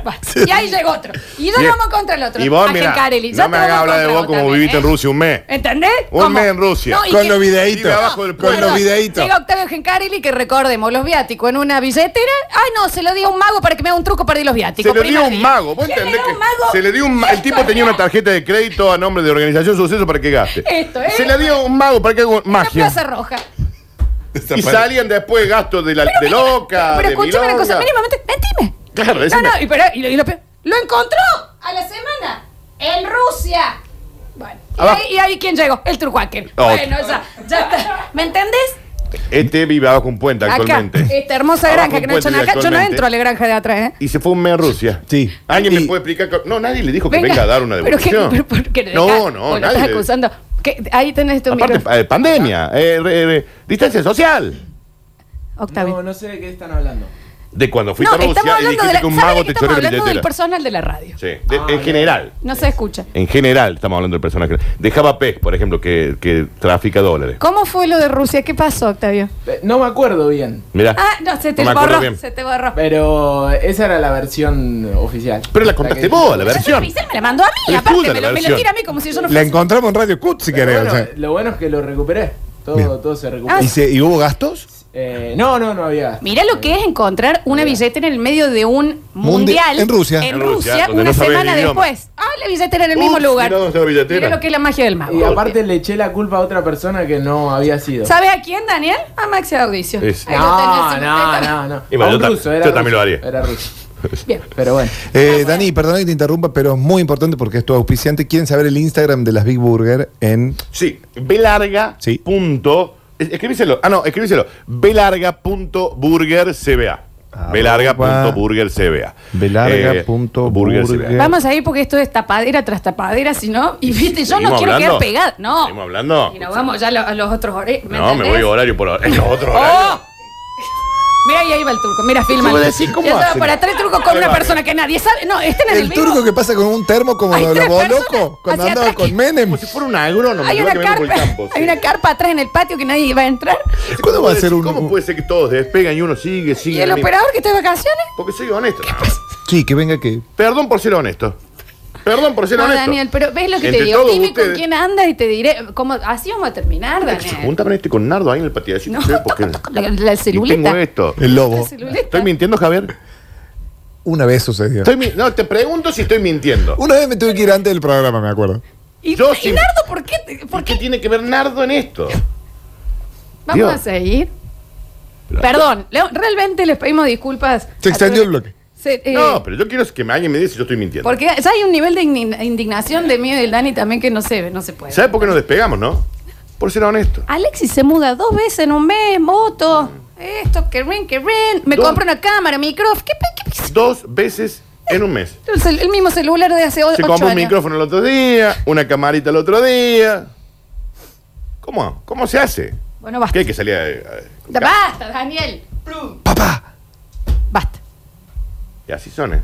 [SPEAKER 1] Basta. Y ahí llega otro. Y yo
[SPEAKER 2] Bien.
[SPEAKER 1] vamos contra el otro.
[SPEAKER 2] Y vos,
[SPEAKER 1] A
[SPEAKER 2] mira,
[SPEAKER 1] Gencarelli. Ya
[SPEAKER 2] no me
[SPEAKER 1] te
[SPEAKER 2] hagas
[SPEAKER 1] vamos
[SPEAKER 2] hablar de
[SPEAKER 1] contra
[SPEAKER 2] vos como
[SPEAKER 1] también,
[SPEAKER 2] viviste en
[SPEAKER 1] ¿eh?
[SPEAKER 2] Rusia un mes.
[SPEAKER 1] ¿Entendés?
[SPEAKER 2] Un
[SPEAKER 1] ¿Cómo?
[SPEAKER 2] mes en Rusia.
[SPEAKER 1] y
[SPEAKER 3] Con
[SPEAKER 1] que-
[SPEAKER 3] los videitos.
[SPEAKER 2] Tira abajo del
[SPEAKER 3] con
[SPEAKER 2] pueblo.
[SPEAKER 3] los videitos.
[SPEAKER 1] Llega Octavio Gencarelli que recordemos los viáticos en una billetera. Ay, no, se lo di a un mago para que me haga un truco para ir los viáticos.
[SPEAKER 2] Se le dio
[SPEAKER 1] Primer
[SPEAKER 2] un
[SPEAKER 1] día.
[SPEAKER 2] mago, ¿vos
[SPEAKER 1] ¿Quién le
[SPEAKER 2] entendés
[SPEAKER 1] da
[SPEAKER 2] que
[SPEAKER 1] un mago?
[SPEAKER 2] se le dio un ma- el
[SPEAKER 1] Esto
[SPEAKER 2] tipo tenía
[SPEAKER 1] es
[SPEAKER 2] una tarjeta de crédito a nombre de organización Suceso para que gaste.
[SPEAKER 1] Esto es-
[SPEAKER 2] Se le dio un mago para que haga
[SPEAKER 1] Una
[SPEAKER 2] magia.
[SPEAKER 1] plaza roja.
[SPEAKER 2] Y salían después gastos de la de loca,
[SPEAKER 1] Pero
[SPEAKER 2] de
[SPEAKER 1] escúchame una cosa,
[SPEAKER 2] milonga.
[SPEAKER 1] mínimamente, mentime.
[SPEAKER 2] Claro,
[SPEAKER 1] No,
[SPEAKER 2] decime.
[SPEAKER 1] no, y, pero, y, lo- y lo peor, lo encontró a la semana en Rusia. Bueno, y,
[SPEAKER 2] Abajo.
[SPEAKER 1] ahí, y ahí quién llegó, el Turquaker.
[SPEAKER 2] Oh.
[SPEAKER 1] Bueno, ya, ya está. ¿Me entendés?
[SPEAKER 2] Este vive bajo un puente
[SPEAKER 1] Acá, Eh.
[SPEAKER 2] actualmente.
[SPEAKER 1] esta hermosa
[SPEAKER 2] Abajo
[SPEAKER 1] granja
[SPEAKER 2] un
[SPEAKER 1] que no echan
[SPEAKER 2] puente
[SPEAKER 1] acá. Yo no
[SPEAKER 2] actualmente.
[SPEAKER 1] entro a la granja de atrás, ¿eh?
[SPEAKER 2] Y se fue un mes a Rusia.
[SPEAKER 3] Sí.
[SPEAKER 2] ¿Alguien me
[SPEAKER 3] Y-
[SPEAKER 2] puede explicar? co- No, nadie le dijo que
[SPEAKER 1] Venga,
[SPEAKER 2] venga a dar una
[SPEAKER 1] pero que-
[SPEAKER 2] devolución.
[SPEAKER 1] pero por qué le
[SPEAKER 2] no,
[SPEAKER 1] dejas?
[SPEAKER 2] no,
[SPEAKER 1] Porque lo estás
[SPEAKER 2] nadie. le-
[SPEAKER 1] acusando. Que- Ahí tenés tu
[SPEAKER 2] Aparte,
[SPEAKER 1] micrófono.
[SPEAKER 2] eh, pandemia, eh, re- re- distancia social.
[SPEAKER 1] Octavio.
[SPEAKER 4] No, no sé de qué están hablando.
[SPEAKER 2] De cuando fuiste
[SPEAKER 1] No,
[SPEAKER 2] a Rusia
[SPEAKER 1] estamos
[SPEAKER 2] y
[SPEAKER 1] hablando,
[SPEAKER 2] dijiste
[SPEAKER 1] de la,
[SPEAKER 2] que un
[SPEAKER 1] ¿sabes
[SPEAKER 2] mago
[SPEAKER 1] de
[SPEAKER 2] te
[SPEAKER 1] qué estamos
[SPEAKER 2] choreó la
[SPEAKER 1] hablando del Ah,
[SPEAKER 2] billetera.
[SPEAKER 1] personal de la radio.
[SPEAKER 2] Sí, de- en general.
[SPEAKER 1] No se escucha.
[SPEAKER 2] En general, estamos hablando del personaje. De Java Peck, por ejemplo, que, que trafica dólares.
[SPEAKER 1] ¿Cómo fue lo de Rusia? ¿Qué pasó, Octavio?
[SPEAKER 4] Eh, No me acuerdo bien,
[SPEAKER 2] Mirá.
[SPEAKER 1] Ah, no, se te
[SPEAKER 2] me acuerdo
[SPEAKER 1] borró.
[SPEAKER 2] bien.
[SPEAKER 1] Se te borró.
[SPEAKER 4] pero esa era la versión oficial.
[SPEAKER 2] Pero la contaste
[SPEAKER 4] que-
[SPEAKER 2] vos, la
[SPEAKER 1] Pero esa
[SPEAKER 2] versión.
[SPEAKER 1] oficial me la mandó a mí.
[SPEAKER 2] Pero
[SPEAKER 1] Aparte,
[SPEAKER 2] escuda
[SPEAKER 1] me
[SPEAKER 2] la
[SPEAKER 1] lo, me lo
[SPEAKER 2] versión.
[SPEAKER 1] tira a mí como si yo no
[SPEAKER 3] La
[SPEAKER 1] fuese.
[SPEAKER 3] encontramos en Radio Cut, si querés.
[SPEAKER 4] Bueno,
[SPEAKER 3] o sea.
[SPEAKER 4] Lo bueno es que lo recuperé. Todo,
[SPEAKER 3] Bien.
[SPEAKER 4] todo se recuperó.
[SPEAKER 1] Ah,
[SPEAKER 3] ¿Y, se- y hubo gastos?
[SPEAKER 4] Eh, no, no, no había.
[SPEAKER 1] Mira lo que es encontrar una billetera en el medio de un mundial.
[SPEAKER 3] en Rusia.
[SPEAKER 1] En
[SPEAKER 2] En Rusia,
[SPEAKER 1] Rusia,
[SPEAKER 2] donde
[SPEAKER 1] una
[SPEAKER 2] no sabés
[SPEAKER 1] semana
[SPEAKER 2] el idioma.
[SPEAKER 1] después. Ah, la billetera en el
[SPEAKER 2] Ups,
[SPEAKER 1] mismo lugar.
[SPEAKER 2] mirá dónde está la billetera.
[SPEAKER 1] Mira lo que es la magia del mago.
[SPEAKER 4] Y aparte le eché la culpa a otra persona que no había sido.
[SPEAKER 1] ¿Sabes a quién, Daniel? A Maxi Audicio.
[SPEAKER 2] Es-
[SPEAKER 1] Ahí lo
[SPEAKER 4] No,
[SPEAKER 1] tenés,
[SPEAKER 4] no,
[SPEAKER 1] sí,
[SPEAKER 4] no, no.
[SPEAKER 2] Y bueno,
[SPEAKER 4] A
[SPEAKER 2] yo
[SPEAKER 4] un
[SPEAKER 2] ta-
[SPEAKER 4] ruso, era
[SPEAKER 2] yo también
[SPEAKER 4] ruso,
[SPEAKER 2] lo haría.
[SPEAKER 4] Era ruso.
[SPEAKER 1] Bien.
[SPEAKER 4] Pero bueno.
[SPEAKER 1] Ah,
[SPEAKER 3] Eh, Dani, perdona que te interrumpa, pero es muy importante porque es tu auspiciante. Quieren saber el Instagram de las Big Burger en.
[SPEAKER 2] Sí, B larga
[SPEAKER 3] Sí.
[SPEAKER 2] punto. es- Escribíselo. Ah, no, escribíselo. B larga punto burger CBA. B larga punto burger CBA.
[SPEAKER 3] B larga
[SPEAKER 2] Eh,
[SPEAKER 3] Ah, punto burger.
[SPEAKER 2] CBA.
[SPEAKER 1] Vamos a ir porque esto es tapadera tras tapadera, si no. Y viste, yo no
[SPEAKER 2] ¿Seguimos
[SPEAKER 1] quiero quedar
[SPEAKER 2] hablando?
[SPEAKER 1] pegada. No.
[SPEAKER 2] ¿Seguimos hablando?
[SPEAKER 1] Y nos vamos ya a, lo- a los otros horarios.
[SPEAKER 2] No, me voy horario por horario. En los otros horarios.
[SPEAKER 1] ¡Oh! Mira, y ahí va el turco. Mira, filma.
[SPEAKER 2] voy a decir cómo hacen.
[SPEAKER 1] para tres trucos con una persona que nadie sabe. No, este en el,
[SPEAKER 3] El
[SPEAKER 1] vivo.
[SPEAKER 3] turco que pasa con un termo como
[SPEAKER 1] Hay
[SPEAKER 3] lo
[SPEAKER 1] tres
[SPEAKER 3] lo
[SPEAKER 1] personas
[SPEAKER 3] loco cuando
[SPEAKER 1] hacia
[SPEAKER 3] andaba
[SPEAKER 1] atrás que-
[SPEAKER 3] con Menem.
[SPEAKER 2] Como si fuera un agrónomo.
[SPEAKER 1] Hay
[SPEAKER 2] ¿no?
[SPEAKER 1] una
[SPEAKER 2] que vengo por
[SPEAKER 1] carpa.
[SPEAKER 2] el campo,
[SPEAKER 1] Hay
[SPEAKER 2] sí.
[SPEAKER 1] una carpa atrás en el patio que nadie va a entrar.
[SPEAKER 3] ¿Cuándo va a ser un.?
[SPEAKER 2] ¿Cómo puede ser que todos despegan y uno sigue, sigue?
[SPEAKER 1] Y el
[SPEAKER 2] en la misma?
[SPEAKER 1] operador que está de vacaciones.
[SPEAKER 2] Porque soy honesto.
[SPEAKER 3] Sí, que venga que.
[SPEAKER 2] Perdón por ser honesto. Perdón por ser
[SPEAKER 1] No,
[SPEAKER 2] honesto.
[SPEAKER 1] Daniel, pero ves lo que
[SPEAKER 2] Entre
[SPEAKER 1] te digo.
[SPEAKER 2] todos
[SPEAKER 1] Dime con
[SPEAKER 2] ustedes-
[SPEAKER 1] quién andas y te diré. ¿Cómo? Así vamos a terminar,
[SPEAKER 2] Se
[SPEAKER 1] Daniel.
[SPEAKER 2] juntan este con Nardo ahí en el patilladito.
[SPEAKER 1] No,
[SPEAKER 2] che, porque-
[SPEAKER 1] toca, toca, la, la
[SPEAKER 2] Y tengo
[SPEAKER 1] celulita.
[SPEAKER 2] esto.
[SPEAKER 3] El
[SPEAKER 1] La
[SPEAKER 3] lobo.
[SPEAKER 1] celulita.
[SPEAKER 2] ¿Estoy mintiendo, Javier?
[SPEAKER 3] Una vez sucedió.
[SPEAKER 2] Estoy min- No, te pregunto si estoy mintiendo.
[SPEAKER 3] Una vez me tuve que ir antes del programa, me acuerdo.
[SPEAKER 1] Y,
[SPEAKER 2] Yo
[SPEAKER 1] y
[SPEAKER 2] sí.
[SPEAKER 1] Nardo, ¿por qué? te- ¿Por
[SPEAKER 2] ¿Por qué
[SPEAKER 1] qué?
[SPEAKER 2] tiene que ver Nardo en esto?
[SPEAKER 1] Vamos
[SPEAKER 2] Dios.
[SPEAKER 1] a seguir. Perdón, Leo, realmente les pedimos disculpas.
[SPEAKER 3] Se
[SPEAKER 1] a
[SPEAKER 3] extendió el
[SPEAKER 1] todos.
[SPEAKER 3] bloque.
[SPEAKER 1] Se- eh,
[SPEAKER 2] No, pero yo quiero que me- alguien me diga si yo estoy mintiendo.
[SPEAKER 1] Porque ya hay un nivel de igni- indignación de mí y del Dani también que no se ve, no se puede.
[SPEAKER 2] ¿Sabes por qué nos despegamos, no? Por ser honesto.
[SPEAKER 1] Alexis se muda dos veces en un mes, moto. Esto, que ren, que ren. Me
[SPEAKER 2] Dos.
[SPEAKER 1] compro una cámara, micrófono. ¿Qué, pe- qué, pe-
[SPEAKER 2] Dos veces en un mes.
[SPEAKER 1] el, cel- el mismo celular de hace o-
[SPEAKER 2] Se
[SPEAKER 1] Eh, ocho
[SPEAKER 2] compró un
[SPEAKER 1] años.
[SPEAKER 2] micrófono el otro día, una camarita el otro día. ¿Cómo? ¿Cómo se hace?
[SPEAKER 1] Bueno, basta.
[SPEAKER 2] ¿Qué hay que salir a- a-
[SPEAKER 1] Da- Basta, Daniel.
[SPEAKER 3] Papá.
[SPEAKER 1] Basta.
[SPEAKER 2] Y así son, ¿eh?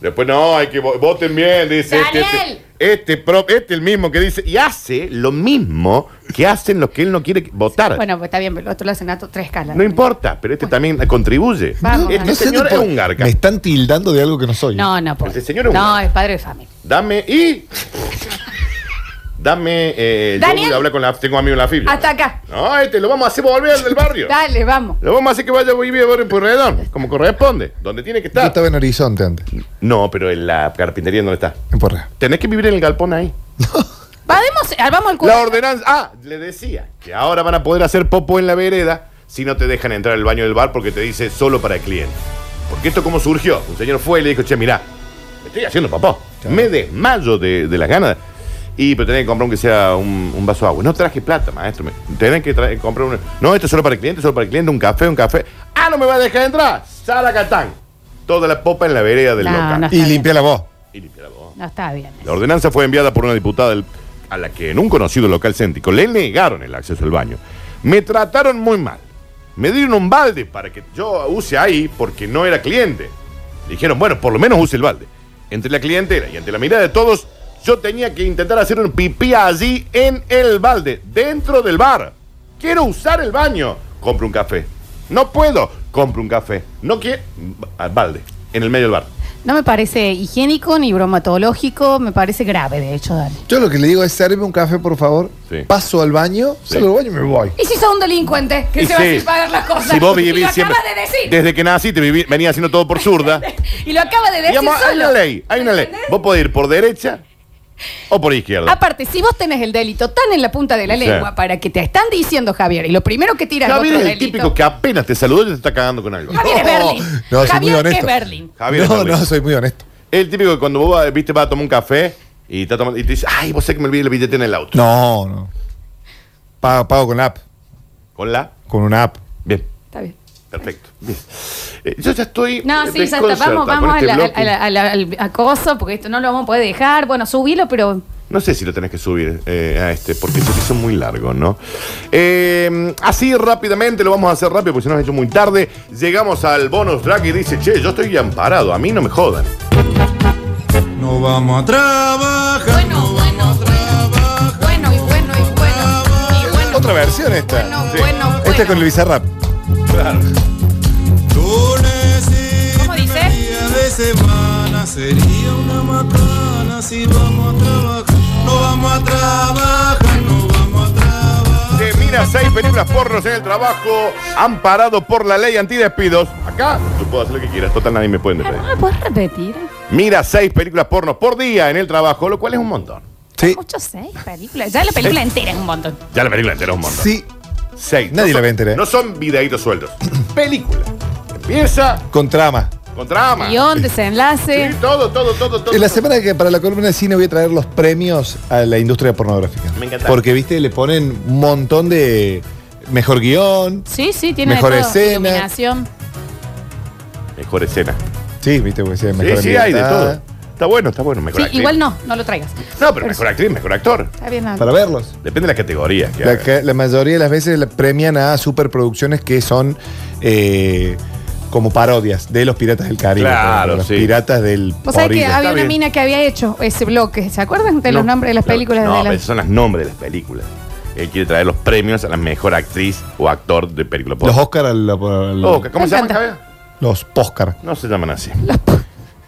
[SPEAKER 2] Después, no, hay que vo- voten bien, dice este.
[SPEAKER 1] ¡Daniel!
[SPEAKER 2] Este, este, pro- este el mismo que dice. Y hace lo mismo que hacen los que él no quiere que- votar.
[SPEAKER 1] Bueno, pues está bien, pero el otro lo hacen a to- tres escalas.
[SPEAKER 2] no importa, pero este también contribuye.
[SPEAKER 1] Vamos,
[SPEAKER 2] este
[SPEAKER 1] Daniel.
[SPEAKER 2] señor
[SPEAKER 3] por-
[SPEAKER 2] es un garca.
[SPEAKER 3] Me están tildando de algo que no soy.
[SPEAKER 1] No, no, pues.
[SPEAKER 2] Este señor es un-
[SPEAKER 1] No, es padre de familia.
[SPEAKER 2] Dame y. Dame. Eh, yo
[SPEAKER 1] Daniel.
[SPEAKER 2] voy a hablar con la. Tengo amigos en la fibra.
[SPEAKER 1] Hasta acá.
[SPEAKER 2] No, este lo vamos a hacer volver del barrio.
[SPEAKER 1] Dale, vamos.
[SPEAKER 2] Lo vamos a hacer que vaya a vivir por Pueyrredón, como corresponde, donde tiene que
[SPEAKER 3] Yo
[SPEAKER 2] estar.
[SPEAKER 3] estaba en Horizonte antes.
[SPEAKER 2] No, pero en la carpintería no está.
[SPEAKER 3] En
[SPEAKER 1] Ah,
[SPEAKER 3] Porra.
[SPEAKER 2] Tenés que vivir en el galpón ahí.
[SPEAKER 1] Vamos, ah, vamos al culo.
[SPEAKER 2] La ordenanza. Ah, le decía que ahora van a poder hacer popo en la vereda si no te dejan entrar al baño del bar porque te dice solo para cliente. Porque esto cómo surgió. Un señor fue y le dijo, che, mirá, me estoy haciendo papá. Me desmayo de, de las ganas. Y pero tenés que comprar aunque sea un, un vaso de agua. No traje plata, maestro. Me- Tenés que traer- comprar un. No, esto es solo para el cliente, solo para el cliente, un café, un café. Ah, no me va a dejar entrar. Sala Catán. Toda la popa en la vereda del
[SPEAKER 1] No,
[SPEAKER 2] local.
[SPEAKER 1] no. Está
[SPEAKER 3] Y
[SPEAKER 1] bien.
[SPEAKER 3] limpia la voz.
[SPEAKER 2] Y limpia la voz.
[SPEAKER 1] No está bien.
[SPEAKER 2] La ordenanza fue enviada por una diputada del- a la que en un conocido local céntrico le negaron el acceso al baño. Me trataron muy mal. Me dieron un balde para que yo use ahí porque no era cliente. Dijeron, bueno, por lo menos use el balde. Entre la clientela y ante la mirada de todos, yo tenía que intentar hacer un pipí allí en el balde, dentro del bar. Quiero usar el baño. Compro un café. No puedo. Compro un café. No quiero. Al balde. En el medio del bar.
[SPEAKER 1] No me parece higiénico ni bromatológico, me parece grave, de hecho, Dani.
[SPEAKER 3] Yo lo que le digo es, serve un café, por favor.
[SPEAKER 2] Sí.
[SPEAKER 3] Paso al baño, salgo al baño y me voy.
[SPEAKER 1] ¿Y si sos un delincuente que
[SPEAKER 2] Y
[SPEAKER 1] se va
[SPEAKER 2] sí.
[SPEAKER 1] sin pagar las cosas?
[SPEAKER 2] Si vos
[SPEAKER 1] Y lo
[SPEAKER 2] vivís siempre.
[SPEAKER 1] acaba de decir.
[SPEAKER 2] Desde que naciste viví, venía haciendo todo por zurda.
[SPEAKER 1] Y lo acaba de decir
[SPEAKER 2] Digamos, hay
[SPEAKER 1] solo.
[SPEAKER 2] una ley, hay una ley.
[SPEAKER 1] ¿Entendés?
[SPEAKER 2] Vos podés ir por derecha o por izquierda.
[SPEAKER 1] Aparte, si vos tenés el delito tan en la punta de la
[SPEAKER 2] Sí.
[SPEAKER 1] lengua para que te están diciendo, Javier, y lo primero que tiras
[SPEAKER 2] Javier
[SPEAKER 1] otro
[SPEAKER 2] es el
[SPEAKER 1] delito-
[SPEAKER 2] típico que Oh, apenas te saludó y te está cagando con algo.
[SPEAKER 1] Javier es
[SPEAKER 3] No,
[SPEAKER 1] Berlín.
[SPEAKER 3] no, soy muy
[SPEAKER 1] Javier es
[SPEAKER 3] honesto.
[SPEAKER 1] Berlín.
[SPEAKER 2] Javier
[SPEAKER 3] no,
[SPEAKER 2] Hernández.
[SPEAKER 3] no, soy muy honesto.
[SPEAKER 2] El típico que cuando vos vas, viste, vas a tomar un café y, está tomando- y te dice, ay, vos sé que me olvidé el billete en el auto.
[SPEAKER 3] No, no. Pago, pago con app.
[SPEAKER 2] Con la.
[SPEAKER 3] Con una app.
[SPEAKER 2] Bien,
[SPEAKER 1] Está bien.
[SPEAKER 2] perfecto. Bien. Eh, yo ya estoy.
[SPEAKER 1] No,
[SPEAKER 2] eh,
[SPEAKER 1] sí, ya está.
[SPEAKER 2] desconcertado
[SPEAKER 1] Vamos,
[SPEAKER 2] con
[SPEAKER 1] vamos a
[SPEAKER 2] este
[SPEAKER 1] la-
[SPEAKER 2] bloque.
[SPEAKER 1] a la- a la- al acoso, porque esto no lo vamos a poder dejar. Bueno, subilo, pero
[SPEAKER 2] No sé si lo tenés que subir eh, a este, porque se hizo muy largo, ¿no? Eh, así rápidamente, lo vamos a hacer rápido, porque se nos ha hecho muy tarde. Llegamos al bonus track y dice, che, yo estoy amparado, a mí no me jodan.
[SPEAKER 6] No vamos a trabajar.
[SPEAKER 1] Bueno, bueno, bueno. Bueno, y bueno, y bueno. Y bueno.
[SPEAKER 3] Otra versión esta.
[SPEAKER 1] Bueno,
[SPEAKER 2] Sí.
[SPEAKER 1] bueno, bueno.
[SPEAKER 3] Esta es con el Bizarrap.
[SPEAKER 2] Claro.
[SPEAKER 6] Lunes y
[SPEAKER 1] ¿Cómo dice?
[SPEAKER 6] primer día de semana sería una macana si vamos a trabajar. No vamos a trabajar, no vamos a trabajar.
[SPEAKER 2] Se mira seis películas pornos en el trabajo, amparado por la ley antidespidos. Acá, yo puedo hacer lo que quieras, total nadie me puede despedir.
[SPEAKER 1] Ah, ¿Puedes repetir?
[SPEAKER 2] Mira seis películas pornos por día en el trabajo, lo cual es un montón.
[SPEAKER 3] Sí.
[SPEAKER 1] Mucho seis películas. Ya la película entera es un montón.
[SPEAKER 2] Ya la película entera es un montón.
[SPEAKER 3] Sí.
[SPEAKER 2] Seis. no
[SPEAKER 3] Nadie la
[SPEAKER 2] son-
[SPEAKER 3] va a enterar.
[SPEAKER 2] No son videitos sueltos. película. Empieza
[SPEAKER 3] Con trama.
[SPEAKER 2] con trama.
[SPEAKER 1] Guión, desenlace.
[SPEAKER 2] Sí, todo, todo, todo, todo.
[SPEAKER 3] En la semana que para la columna de cine voy a traer los premios a la industria pornográfica.
[SPEAKER 2] Me encanta.
[SPEAKER 3] Porque, viste, le ponen un montón de mejor guión.
[SPEAKER 1] Sí, sí, tiene
[SPEAKER 3] Mejor
[SPEAKER 1] de todo.
[SPEAKER 3] escena.
[SPEAKER 1] Iluminación.
[SPEAKER 2] Mejor escena.
[SPEAKER 3] Sí, viste, porque decía mejor
[SPEAKER 2] sí, sí, hay de
[SPEAKER 3] ambientada.
[SPEAKER 2] todo. Está bueno, está bueno. Mejor
[SPEAKER 1] Sí,
[SPEAKER 2] actriz.
[SPEAKER 1] igual no, no lo traigas.
[SPEAKER 2] No, pero mejor actriz, mejor actor.
[SPEAKER 1] Está bien, no.
[SPEAKER 3] Para verlos.
[SPEAKER 2] Depende de la categoría. que
[SPEAKER 3] La,
[SPEAKER 2] haga.
[SPEAKER 3] ca- la mayoría de las veces la premian a superproducciones que son eh, como parodias de los piratas del Caribe.
[SPEAKER 2] Claro,
[SPEAKER 3] por ejemplo, los
[SPEAKER 2] sí.
[SPEAKER 3] piratas del
[SPEAKER 1] Vos sabés que
[SPEAKER 3] Orilla.
[SPEAKER 1] había una
[SPEAKER 2] bien.
[SPEAKER 1] mina que había hecho ese bloque. ¿Se acuerdan de los
[SPEAKER 2] No,
[SPEAKER 1] nombres de las
[SPEAKER 2] no,
[SPEAKER 1] películas?
[SPEAKER 2] No,
[SPEAKER 1] de
[SPEAKER 2] pero
[SPEAKER 1] las-
[SPEAKER 2] esos son los nombres de las películas. Él quiere traer los premios a la mejor actriz o actor de película.
[SPEAKER 3] Los Oscar, al- al-
[SPEAKER 2] Oh, ¿Cómo
[SPEAKER 1] Me
[SPEAKER 2] se llaman,
[SPEAKER 1] encanta.
[SPEAKER 2] Javier?
[SPEAKER 3] los Póscar.
[SPEAKER 2] No se llaman así.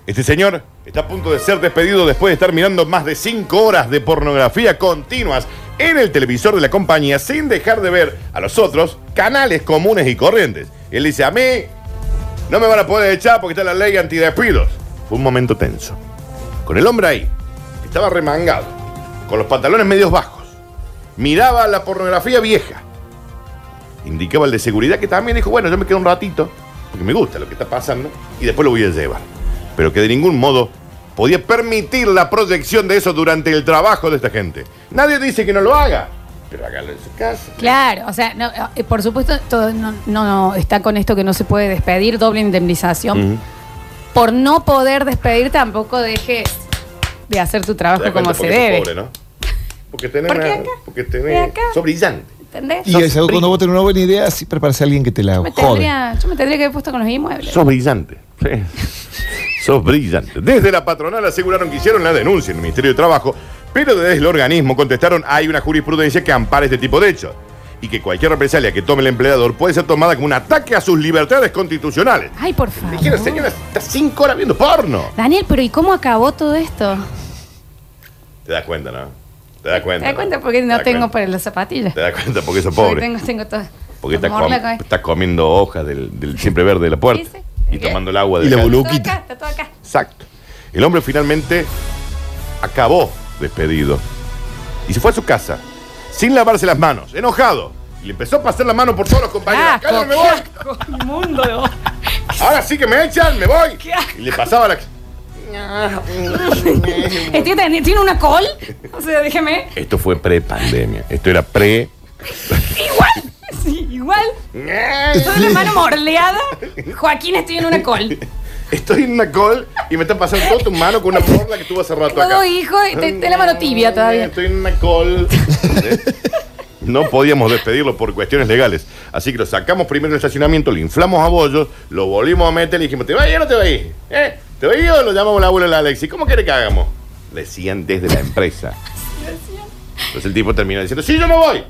[SPEAKER 2] Este señor está a punto de ser despedido después de estar mirando más de 5 horas de pornografía continuas en el televisor de la compañía sin dejar de ver a los otros canales comunes y corrientes. Él dice, a mí no me van a poder echar porque está la ley antidespidos. Fue un momento tenso. Con el hombre ahí, que estaba remangado, con los pantalones medios bajos, miraba la pornografía vieja. Indicaba el de seguridad que también dijo, bueno, yo me quedo un ratito, porque me gusta lo que está pasando, y después lo voy a llevar. Pero que de ningún modo podía permitir la proyección de eso durante el trabajo de esta gente. Nadie dice que no lo haga, pero hágalo en su casa.
[SPEAKER 1] Claro, o sea, no, eh, por supuesto, todo no, no, no, está con esto que no se puede despedir, doble indemnización.
[SPEAKER 2] Ujú.
[SPEAKER 1] Por no poder despedir, tampoco dejes de hacer tu
[SPEAKER 2] ¿Te das
[SPEAKER 1] trabajo
[SPEAKER 2] cuenta
[SPEAKER 1] como
[SPEAKER 2] por
[SPEAKER 1] se
[SPEAKER 2] qué sos
[SPEAKER 1] debe.
[SPEAKER 2] pobre, ¿no? Porque tenés,
[SPEAKER 1] ¿Por qué
[SPEAKER 2] una-
[SPEAKER 1] acá?
[SPEAKER 2] porque
[SPEAKER 1] ¿De
[SPEAKER 2] tenés,
[SPEAKER 1] acá?
[SPEAKER 2] sos brillante.
[SPEAKER 1] ¿Entendés?
[SPEAKER 3] Y eso, cuando vos tenés una buena idea, siempre aparece alguien que te la
[SPEAKER 1] Me
[SPEAKER 3] jode.
[SPEAKER 1] tendría, yo me tendría que haber puesto con los inmuebles.
[SPEAKER 2] Sos brillante. Sí. Sos brillante. Desde la patronal aseguraron que hicieron la denuncia en el Ministerio de Trabajo, pero desde el organismo contestaron hay una jurisprudencia que ampara este tipo de hechos y que cualquier represalia que tome el empleador puede ser tomada como un ataque a sus libertades constitucionales.
[SPEAKER 1] Ay, por favor.
[SPEAKER 2] Dijeron, señora, está cinco horas viendo porno.
[SPEAKER 1] Daniel, pero ¿y cómo acabó todo esto?
[SPEAKER 2] Te das cuenta, ¿no? Te das cuenta.
[SPEAKER 1] ¿Te das cuenta?
[SPEAKER 2] ¿no?
[SPEAKER 1] Porque
[SPEAKER 2] Te
[SPEAKER 1] no
[SPEAKER 2] das
[SPEAKER 1] tengo
[SPEAKER 2] cuenta.
[SPEAKER 1] para las zapatillas.
[SPEAKER 2] Te das cuenta porque sos pobre.
[SPEAKER 1] Tengo, tengo todo.
[SPEAKER 2] Porque estás,
[SPEAKER 1] Como
[SPEAKER 2] com-
[SPEAKER 1] morla con-
[SPEAKER 2] estás comiendo hojas del, del siempre verde de la puerta
[SPEAKER 1] Sí, sí.
[SPEAKER 2] y tomando el agua
[SPEAKER 3] Y
[SPEAKER 2] de
[SPEAKER 3] la
[SPEAKER 2] la
[SPEAKER 3] boluca.
[SPEAKER 1] Todo acá, está todo acá.
[SPEAKER 2] Exacto. El hombre finalmente acabó despedido y se fue a su casa sin lavarse las manos, enojado. Y le empezó a pasar la mano por todos los compañeros.
[SPEAKER 1] Asco,
[SPEAKER 2] Acá no
[SPEAKER 1] qué
[SPEAKER 2] me voy!
[SPEAKER 1] asco, inmundo, ¿no?
[SPEAKER 2] Ahora sí que me echan, me voy.
[SPEAKER 1] Qué asco.
[SPEAKER 2] Y le pasaba la.
[SPEAKER 1] Este tiene- ¿Tiene una col? O sea, déjeme.
[SPEAKER 2] Esto fue pre-pandemia. Esto era pre.
[SPEAKER 1] Igual. Sí, igual. Toda la mano morleada. Joaquín, estoy en una col.
[SPEAKER 2] Estoy en una col y me están pasando toda tu mano con una porla que tuvo hace rato acá.
[SPEAKER 1] Todo hijo, y te, te la mano tibia todavía.
[SPEAKER 2] Estoy en una col. No podíamos despedirlo por cuestiones legales. Así que lo sacamos primero del estacionamiento, lo inflamos a bollos, lo volvimos a meter y dijimos, ¿te va a ir o no te va a ir? ¿Eh? ¿Te va a ir o lo llamamos la abuela de la Alexi? ¿Cómo quiere que hagamos? Decían desde la empresa. Entonces el tipo termina diciendo, sí, yo me voy.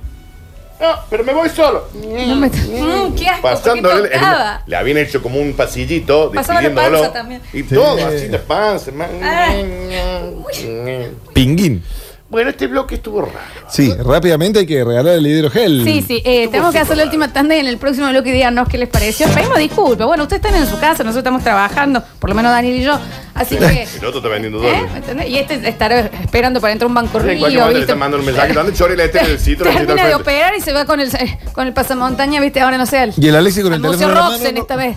[SPEAKER 2] No, pero me voy solo.
[SPEAKER 1] No me- Mm, qué asco.
[SPEAKER 2] Pasándole,
[SPEAKER 1] Pasándole.
[SPEAKER 2] en una- le habían hecho como un pasillito,
[SPEAKER 1] Pasaba la panza
[SPEAKER 2] despidiéndolo.
[SPEAKER 1] también. Ah.
[SPEAKER 2] Y todo, así la panza. man.
[SPEAKER 3] Pinguín.
[SPEAKER 2] Bueno, este bloque estuvo raro.
[SPEAKER 3] Sí, rápidamente hay que regalar el hidrogel.
[SPEAKER 2] Mm.
[SPEAKER 1] Sí, sí, eh, tenemos que hacer la última tanda y en el próximo bloque díganos qué les pareció. Pedimos disculpas. Bueno, ustedes están en su casa, nosotros estamos trabajando, por lo menos Daniel y yo. Así que.
[SPEAKER 2] El otro está vendiendo
[SPEAKER 1] ¿Eh?
[SPEAKER 2] dólares.
[SPEAKER 1] ¿Me entendés? Y este estará esperando para entrar a un banco
[SPEAKER 2] En
[SPEAKER 1] río,
[SPEAKER 2] cualquier momento le
[SPEAKER 1] ¿viste?
[SPEAKER 2] están mandando un mensaje. ¿Dónde chore la este en el sitio?
[SPEAKER 1] Termina de operar y se va con el, eh, con el pasamontaña, viste, ahora no sé, al,
[SPEAKER 3] Y el Alexi con el
[SPEAKER 1] al Museo
[SPEAKER 3] teléfono en la mano,
[SPEAKER 1] Roxen
[SPEAKER 3] no-
[SPEAKER 1] esta vez.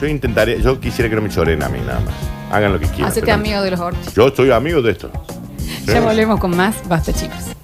[SPEAKER 2] Yo intentaré, yo quisiera que no me choren a mí nada más. Hagan lo que quieran.
[SPEAKER 1] Hacete
[SPEAKER 2] pero-
[SPEAKER 1] amigo de los horchos.
[SPEAKER 2] Yo soy amigo de esto.
[SPEAKER 1] Ya volvemos con más, basta chicos.